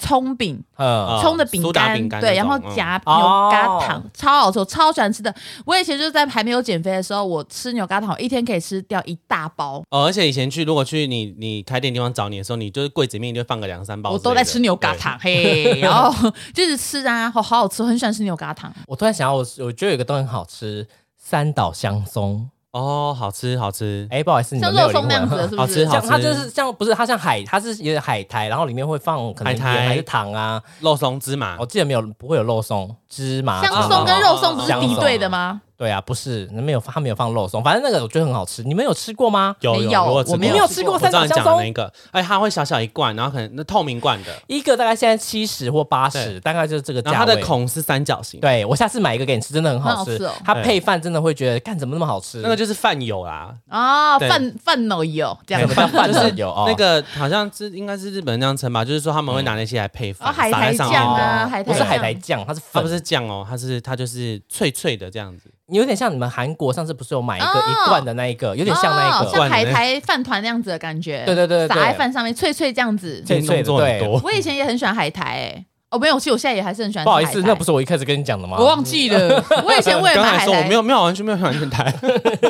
S1: 葱饼、
S2: 嗯
S3: 啊
S1: 葱的饼
S3: 苏打
S1: 干，
S3: 饼干
S1: 对，
S3: 那
S1: 然
S3: 种
S1: 后
S3: 嗯
S1: 夹
S2: 哦
S1: 牛轧糖，超好吃，我超喜欢吃的。我以前就是在还没有减肥的时候，我吃牛轧糖，我一天可以吃掉一大包，
S3: 哦，而且以前去如果去你你开店地方找你的时候，你就是柜子里面就放个两三包之类
S1: 我
S3: 的，
S1: 都在吃牛轧糖，嘿，然后就是吃啊，好好好吃，我很喜欢吃牛轧糖。
S2: 我突然想到，我我觉得有一个东西很好吃，三岛香松。
S3: 对。哦，好吃好吃，
S2: 哎、不好意思，
S3: 嗯
S2: 你
S1: 像
S2: 们没有
S1: 肉松
S2: 灵魂
S1: 那样子的，是不
S3: 好哦吃
S1: 是？
S3: 好
S2: 像
S3: 吃，
S2: 它就是像不是它像海，它是有点海苔，然后里面会放可能
S3: 海
S2: 盐
S3: 苔
S2: 还是糖啊。
S3: 肉松芝麻
S2: 我，记得没有不会有肉松、芝麻、
S3: 啊
S1: 香
S2: 芝麻
S1: 松跟肉松不是
S2: 香
S1: 敌
S2: 松
S1: 对的吗？
S2: 对啊，不是没有它没有放肉松，反正那个我觉得很好吃。你们有吃过吗？
S3: 有
S1: 没
S3: 有，
S1: 有
S3: 我
S1: 我
S2: 你
S1: 没
S2: 们
S3: 过
S2: 有
S1: 有
S2: 吃
S1: 过
S2: 过
S3: 我知
S2: 三
S3: 道
S2: 岛
S3: 你讲
S2: 香
S3: 的那
S2: 松？
S3: 个，哎，它会小小一罐，然后可能那透明罐的，
S2: 一个大概现在七十或八十，
S3: 对
S2: 大概就是这个
S3: 然
S2: 价
S3: 后它
S2: 位。
S3: 的孔是三角形，
S2: 对我下次买一个给你吃，真的很
S1: 很
S2: 好
S1: 好
S2: 吃。
S1: 吃哦
S2: 它配饭真的会觉得，干怎么那么好吃？
S3: 那个就是饭友啦，
S1: 啊，
S3: 对
S1: 饭饭哦有这样
S2: 怎
S1: 子
S2: 么。叫饭呢？有哦，
S3: 那个好像是应该是日本人那样称吧，就是说他们会拿那些来配
S1: 哦，
S3: 饭，
S1: 海
S3: 撒在
S1: 苔
S3: 上
S1: 酱
S3: 面的。
S1: 啊，
S2: 哦
S1: 海苔
S2: 不是
S1: 酱
S2: 海苔酱，它是
S3: 它
S2: 粉，
S3: 不是酱哦，它是它就是脆脆的这样子，
S2: 有点像你们韩国上次不是有买一个
S1: 哦
S2: 一罐的那一个，有点像那一
S1: 哦
S2: 个。
S1: 像海苔饭团那样子的感觉。
S2: 对对对对对
S1: 撒在饭上面脆脆这样子。
S2: 脆脆的
S3: 动作很多。
S1: 我以前也很喜欢海苔、欸，哦，没有，其实我现在也还是很喜欢吃
S2: 不好
S1: 海
S2: 意
S1: 苔。
S2: 思，那不是我一啊开始跟你讲的吗？
S1: 我忘记 了，我以前为了
S3: 刚
S1: 买
S3: 才
S1: 海
S3: 说我
S1: 苔，
S3: 没有没有完全没有完全台，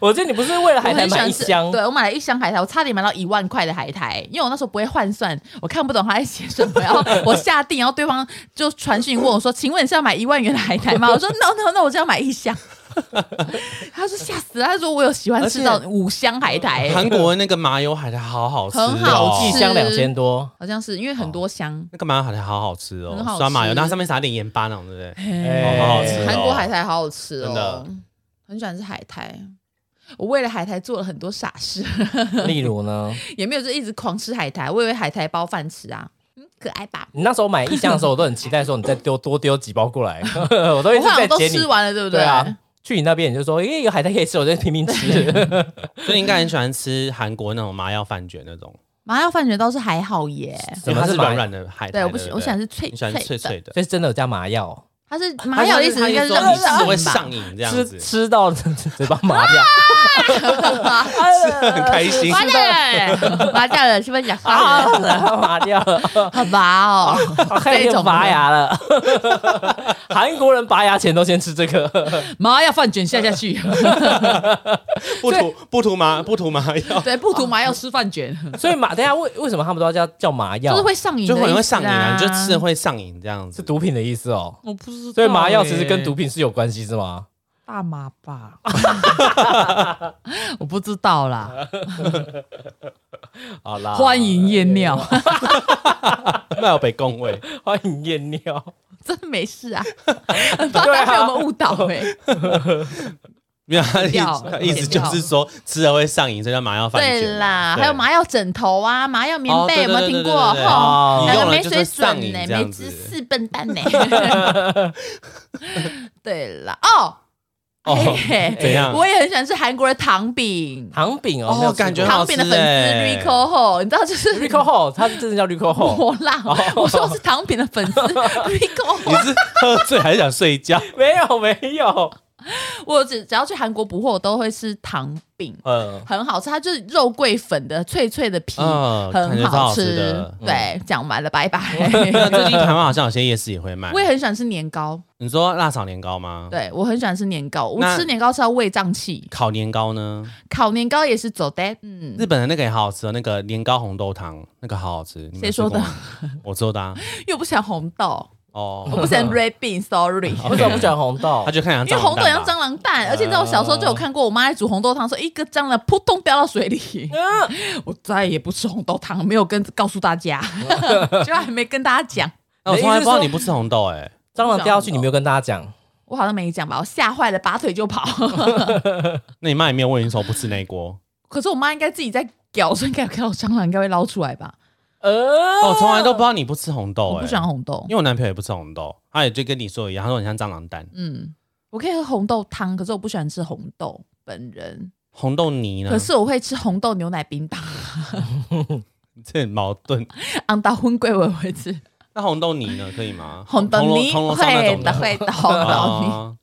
S2: 我记得你不是为了
S1: 我
S2: 海苔
S1: 很喜
S2: 买
S1: 欢
S2: 一
S1: 吃，
S2: 箱，
S1: 对我买了一箱海苔，我差点买到一万块的海苔，因为我那时候不会换算，我看不懂他在写什么，然后 我下定，然后对方就传讯问我说：“请问你是要买一万元的海苔吗？”我说：“No No No，我只要买一箱。” 他说吓死了，他说我有喜欢吃到
S3: 而且
S1: 五香海苔、
S3: 韩国那个麻油海苔好好吃、哦，
S1: 哎很好
S2: 一
S1: 吃
S2: 箱两千多，
S1: 好像是因为很多香，
S3: 那个麻油海苔好好吃哦
S1: 很好，吃
S3: 刷麻油，然后上面撒点盐巴那种，对不对？
S2: 哎
S3: 好好吃哦
S1: 韩国海苔好好吃
S3: 真
S1: 哦
S3: 的，
S1: 很喜欢吃海苔。我为了海苔做了很多傻事，
S2: 例如呢，
S1: 也没有就一直狂吃海苔，我以为海苔包饭吃啊，嗯，可爱吧？
S2: 你那时候买一箱的时候，我都很期待说你再丢多丢几包过 来，我都一
S1: 我
S2: 直
S1: 好
S2: 在
S1: 像都
S2: 接你
S1: 吃。完了，对不
S2: 对啊，去你那边你就说，哎、有海苔可以吃，我就拼命吃。
S3: 所以你应该很喜欢吃韩国那种麻药饭卷那种，
S1: 麻辣饭卷倒是还好耶，
S2: 什
S3: 因为
S2: 么
S3: 它
S2: 是
S3: 是
S2: 麻
S3: 软软的海苔？
S1: 对，我不
S3: 对
S1: 喜，
S3: 对
S1: 我喜欢是脆
S3: 你喜欢脆
S1: 脆的，
S3: 脆的，
S2: 所以真的有加麻药，
S1: 它是麻辣的意思，应该是
S3: 它
S1: 让
S3: 就
S1: 你
S3: 是它就是
S1: 上
S3: 说会
S1: 瘾吧
S3: 上瘾 这样
S2: 吃
S3: 子，
S2: 吃到 嘴巴麻掉，
S3: 很开心。
S1: 完了，麻掉了，是不是讲
S2: 啊，
S1: 好
S2: 嘴巴麻 掉了，
S1: 好拔哦？
S2: 开始
S1: 这
S2: 有
S1: 种
S2: 拔牙了。 韩国人拔牙前都先吃这个，
S1: 麻药饭卷下下去，
S3: 不涂不涂麻不涂麻药，
S1: 对，不涂麻药吃饭卷，
S2: 所以麻，等一下为为什么他们都要叫叫麻药？
S1: 就是会上瘾的意思
S3: 就
S1: 啊，
S3: 可能会上瘾啊，你就吃了会上瘾这样
S2: 是
S3: 子。
S2: 毒品的意思哦。
S1: 我不知道欸，
S2: 所以麻药其实跟毒品是有关系是吗？
S1: 大麻 吧，我不知道啦。
S2: 好啦，
S1: 欢迎验尿，
S3: 没有被恭维，
S2: 欢迎验尿。
S1: 真的没事啊，不知道
S3: 啊
S1: 大家被我们误导哎。
S3: 没有，他意
S1: 掉
S3: 他意思就是说吃了会上瘾，所以叫麻药饭卷。
S1: 对啦，
S3: 对
S1: 还有麻药枕头啊，麻药棉
S3: 哦
S1: 被
S3: 对
S1: 有没有
S3: 对对
S1: 听
S3: 对
S1: 过？
S3: 对对
S2: 哦
S1: 吼，
S3: 你
S1: 两
S3: 用
S1: 个
S3: 了
S1: 没
S3: 就
S1: 水
S3: 是上
S1: 准
S3: 瘾
S1: 呢，
S3: 这
S1: 没
S3: 样
S1: 知
S3: 子
S1: 识，笨蛋呢。 对啦，哦，
S3: 哦
S1: 嘿
S3: 怎样
S1: 我也很喜欢吃韩国的糖饼，
S2: 糖饼哦，
S3: 哦
S2: 没有吃过
S3: 感觉很好
S1: 糖饼的粉丝
S3: 吃欸
S1: Rico 吼，你知道就是
S2: Rico 后，它真的叫 Rico 后，
S1: 我啦，我说是糖饼的粉 丝 Rico
S3: 你是喝醉还是想睡觉？
S2: 没有没有，
S1: 我只只要去韩国补货，我都会吃糖饼，
S3: 呃
S2: 嗯，
S1: 很好吃。它就是肉桂粉的脆脆的 皮，
S3: 嗯感
S1: 很
S3: 觉超好
S1: 吃。
S3: 吃 的嗯
S1: 对，讲完了，拜拜。
S3: 那最近台湾好像有些夜市也会卖
S1: 我。也很喜欢吃年糕，
S3: 你说辣炒年糕吗？，
S1: 对我很喜欢吃年糕。我
S3: 那
S1: 吃年糕是要胃胀气，
S3: 烤年糕呢？
S1: 烤年糕也是走的。嗯，
S3: 日本的那个也好好吃哦，那个年糕红豆汤那个好好吃。你们
S1: 谁
S3: 有吃
S1: 说的
S3: 过吗？我做的啊。
S1: 因为我不喜欢红豆，
S3: 哦，
S1: 我不喜欢 red bean，sorry。
S2: 哦为什么不喜欢红豆
S3: 他？就看起
S1: 因
S3: 来
S1: 为红豆像
S3: 蟑
S1: 蟑螂蛋，嗯而且你知道我小时候就有看过我妈在煮红豆汤，说一个蟑螂扑通掉到水里，
S2: 啊
S1: 我再也不吃红豆汤，没有跟告诉大 家，就还没跟大家讲，
S3: 螂，我从来不知道你不吃红豆哎。
S2: 蟑螂掉下去，你没有跟大家讲，
S1: 我好像没讲吧，我吓坏了，拔腿就跑。
S3: 那你妈也没有问你为什么不吃那一锅？
S1: 可是我妈应该自己在咬，所以应该有看到蟑螂，应该会捞出来吧？
S2: 呃，
S3: 我从来都不知道你不吃红豆
S1: 啊我
S3: 哎
S1: 不喜，欢红豆
S3: 因，为我男朋友也不吃红豆，他也就跟你说一样，他说你像蟑螂蛋。
S1: 嗯，我可以喝红豆汤，可是我不喜欢吃红豆本人，
S3: 红豆泥呢？
S1: 可是我会吃红豆牛奶冰棒，
S3: 这很矛盾。
S1: 昂达荤贵我也会吃
S3: 那红豆泥呢？可以吗？
S1: 红豆泥，
S3: 铜锣烧那
S1: 会
S3: 种
S1: 的会的红豆泥。
S3: 哦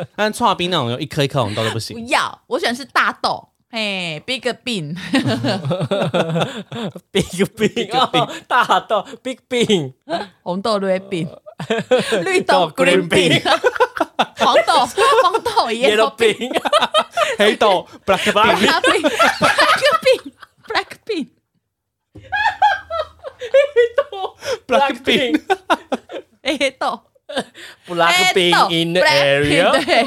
S3: 但串冰那种有一颗一颗红豆都不
S1: 不
S3: 行。
S1: 要，我喜欢吃大豆。嘿，Big Bean，
S2: Big Big 大豆 Big Big
S1: 红豆 Red Bean，绿豆
S2: 豆
S1: Green
S2: green
S1: Bean，黄豆黄豆 Yellow
S2: Yellow
S1: Bean，
S2: Big
S3: 黑豆 black bean，
S1: Black Bean，Black Bean，Black Bean，
S2: Black Big
S1: 黑豆
S2: Black Big in the
S1: Black Bean，
S2: area，
S1: 对，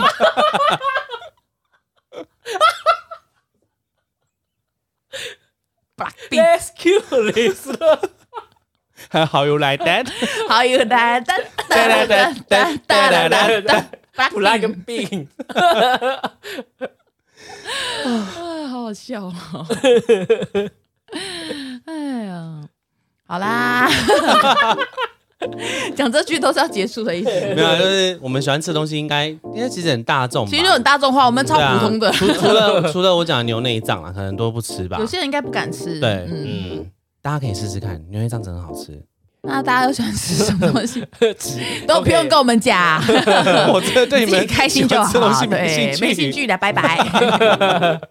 S1: Black Bean，
S2: Rescue list，
S3: 还 好有来 that。
S1: 好有哒哒哒哒哒哒哒哒哒，Black Bean，
S2: Black Big，
S1: 哎，好好笑 哦！哎呀，好啦， 讲这句都是要结束的意思。
S3: 没有啊，就是我们喜欢吃的东西，应该应该其实很大众吧。
S1: 其实很大众化，我们超
S3: 对啊
S1: 普通的，
S3: 除除了除了我讲的牛内脏啊，可能都不吃吧
S1: 有。些人应该不敢吃。
S3: 对，
S1: 嗯，
S3: 嗯，大家可以试试看，牛内脏真的很好 吃。
S1: 那大家都喜欢吃什么东 西， 都不用跟我们讲，
S3: 我真的对
S1: 嗯自己开心就好。对，没兴。
S3: 哎
S1: 趣的，拜 拜。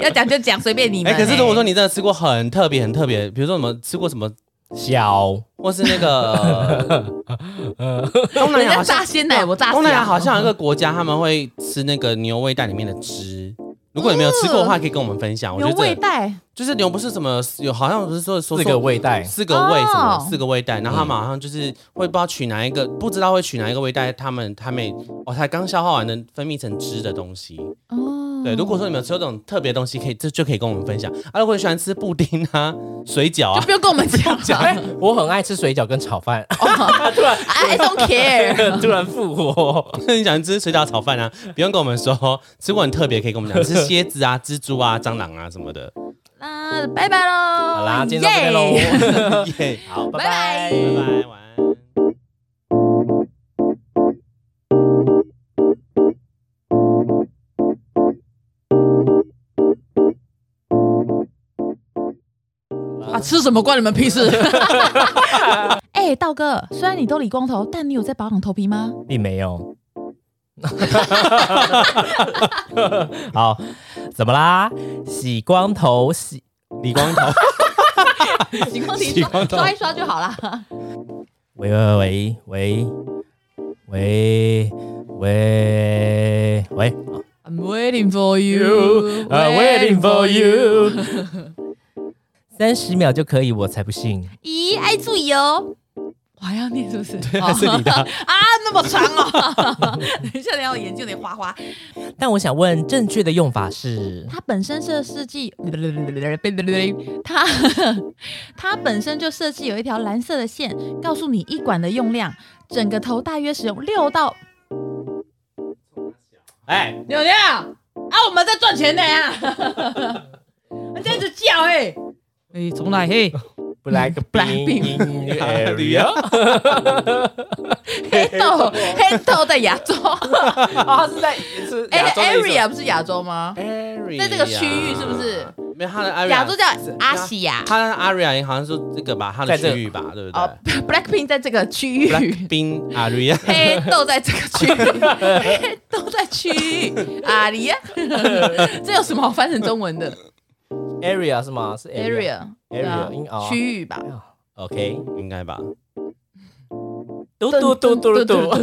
S1: 要讲就讲，随便你们。
S3: 哎，可是如果说你真的吃过很特别、很特别，比如说我们吃过什么，
S2: 小
S3: 或是那个 东南
S1: 人
S3: 亚
S1: 家
S3: 好像
S1: 炸鲜奶，我炸死啊
S3: 东南亚好像有一个国家，他们会吃那个牛胃蛋里面的汁，如果你没有吃过
S1: 嗯
S3: 的话，可以跟我们分享。我觉
S1: 有
S3: 得
S1: 味
S3: 这个
S1: 带，
S3: 就是牛不是什么有，好像不是说说
S2: 哦四个嗯味带
S3: 四个味什么
S1: 哦
S3: 四个味带，然后他马上就是会不知道取哪一个，不知道会取哪一个味带，他们他们哦才刚消化完的分泌成汁的东西。
S1: 哦，
S3: 对，如果说你们有吃到这种特别的东西，可以这就可以跟我们分享啊。如果你喜欢吃布丁啊、水饺啊
S1: 不，用跟我们 讲
S2: 哎
S1: 了。
S2: 我很爱吃水饺跟炒饭，
S1: I don't care。
S2: 哦突然复活。
S3: 你想吃水饺炒饭啊，不用跟我们说，吃过很特别，可以跟我们讲，吃蝎子啊、蜘蛛啊、蟑螂啊什么的。
S1: 那拜拜喽！
S2: 好啦，今天到这边
S1: 哦耶
S2: 喽，
S3: 耶，好，
S2: 拜
S1: 拜
S2: 拜
S3: 拜拜，晚安。
S1: 啊，吃什么关你们屁事？ 哎、道哥，虽然你都理光头，但你有在保养头皮吗？
S2: 并没有。 好，怎么啦？洗光头，洗理光 头。
S1: 洗光
S2: 洗光头
S1: 刷一刷就好啦。
S2: 喂喂喂喂喂喂喂
S1: I'm waiting for you,
S2: I'm waiting for you。三十秒就可以，我才不信。
S7: 咦，爱注意哦，
S1: 我还要念是不 是？
S3: 还是你的啊
S1: 啊，那么长哦！ 等一下，等一下，我眼睛有点花花。
S2: 但我想问，正确的用法是？
S7: 它本身
S1: 哦
S7: 设设计，它它本身就设计有一条蓝色的线，告诉你一管的用量，整个头大约使用六到
S3: 哎，
S1: 牛牛啊，我们在赚钱的呀！ 你这样子叫哎、欸，哎、从哪嘿？
S2: Black
S1: Blackpink
S2: in your area，
S1: 黑豆，黑豆在 亚洲，
S2: 啊，是在是
S1: 哎、
S3: 亚洲的意思
S1: area 不是亚洲吗？
S3: 在
S1: 在这个区域是不是？
S3: 没有他的 area，
S1: 亚洲叫阿西亚
S3: 他的 area 好像是这个吧，他的
S2: 在这
S3: 区域吧，对不对
S1: 哦，Blackpink 在这个区域，
S3: ？Blackpink area，
S1: 黑豆在这个区域，黑豆在区域，阿里呀，这有什么好翻成中文的
S2: area 是吗？是 area
S1: ？area 对啊
S2: area 音啊
S1: 区域吧。
S2: OK，
S3: 应该吧？
S2: 嘟嘟嘟嘟嘟。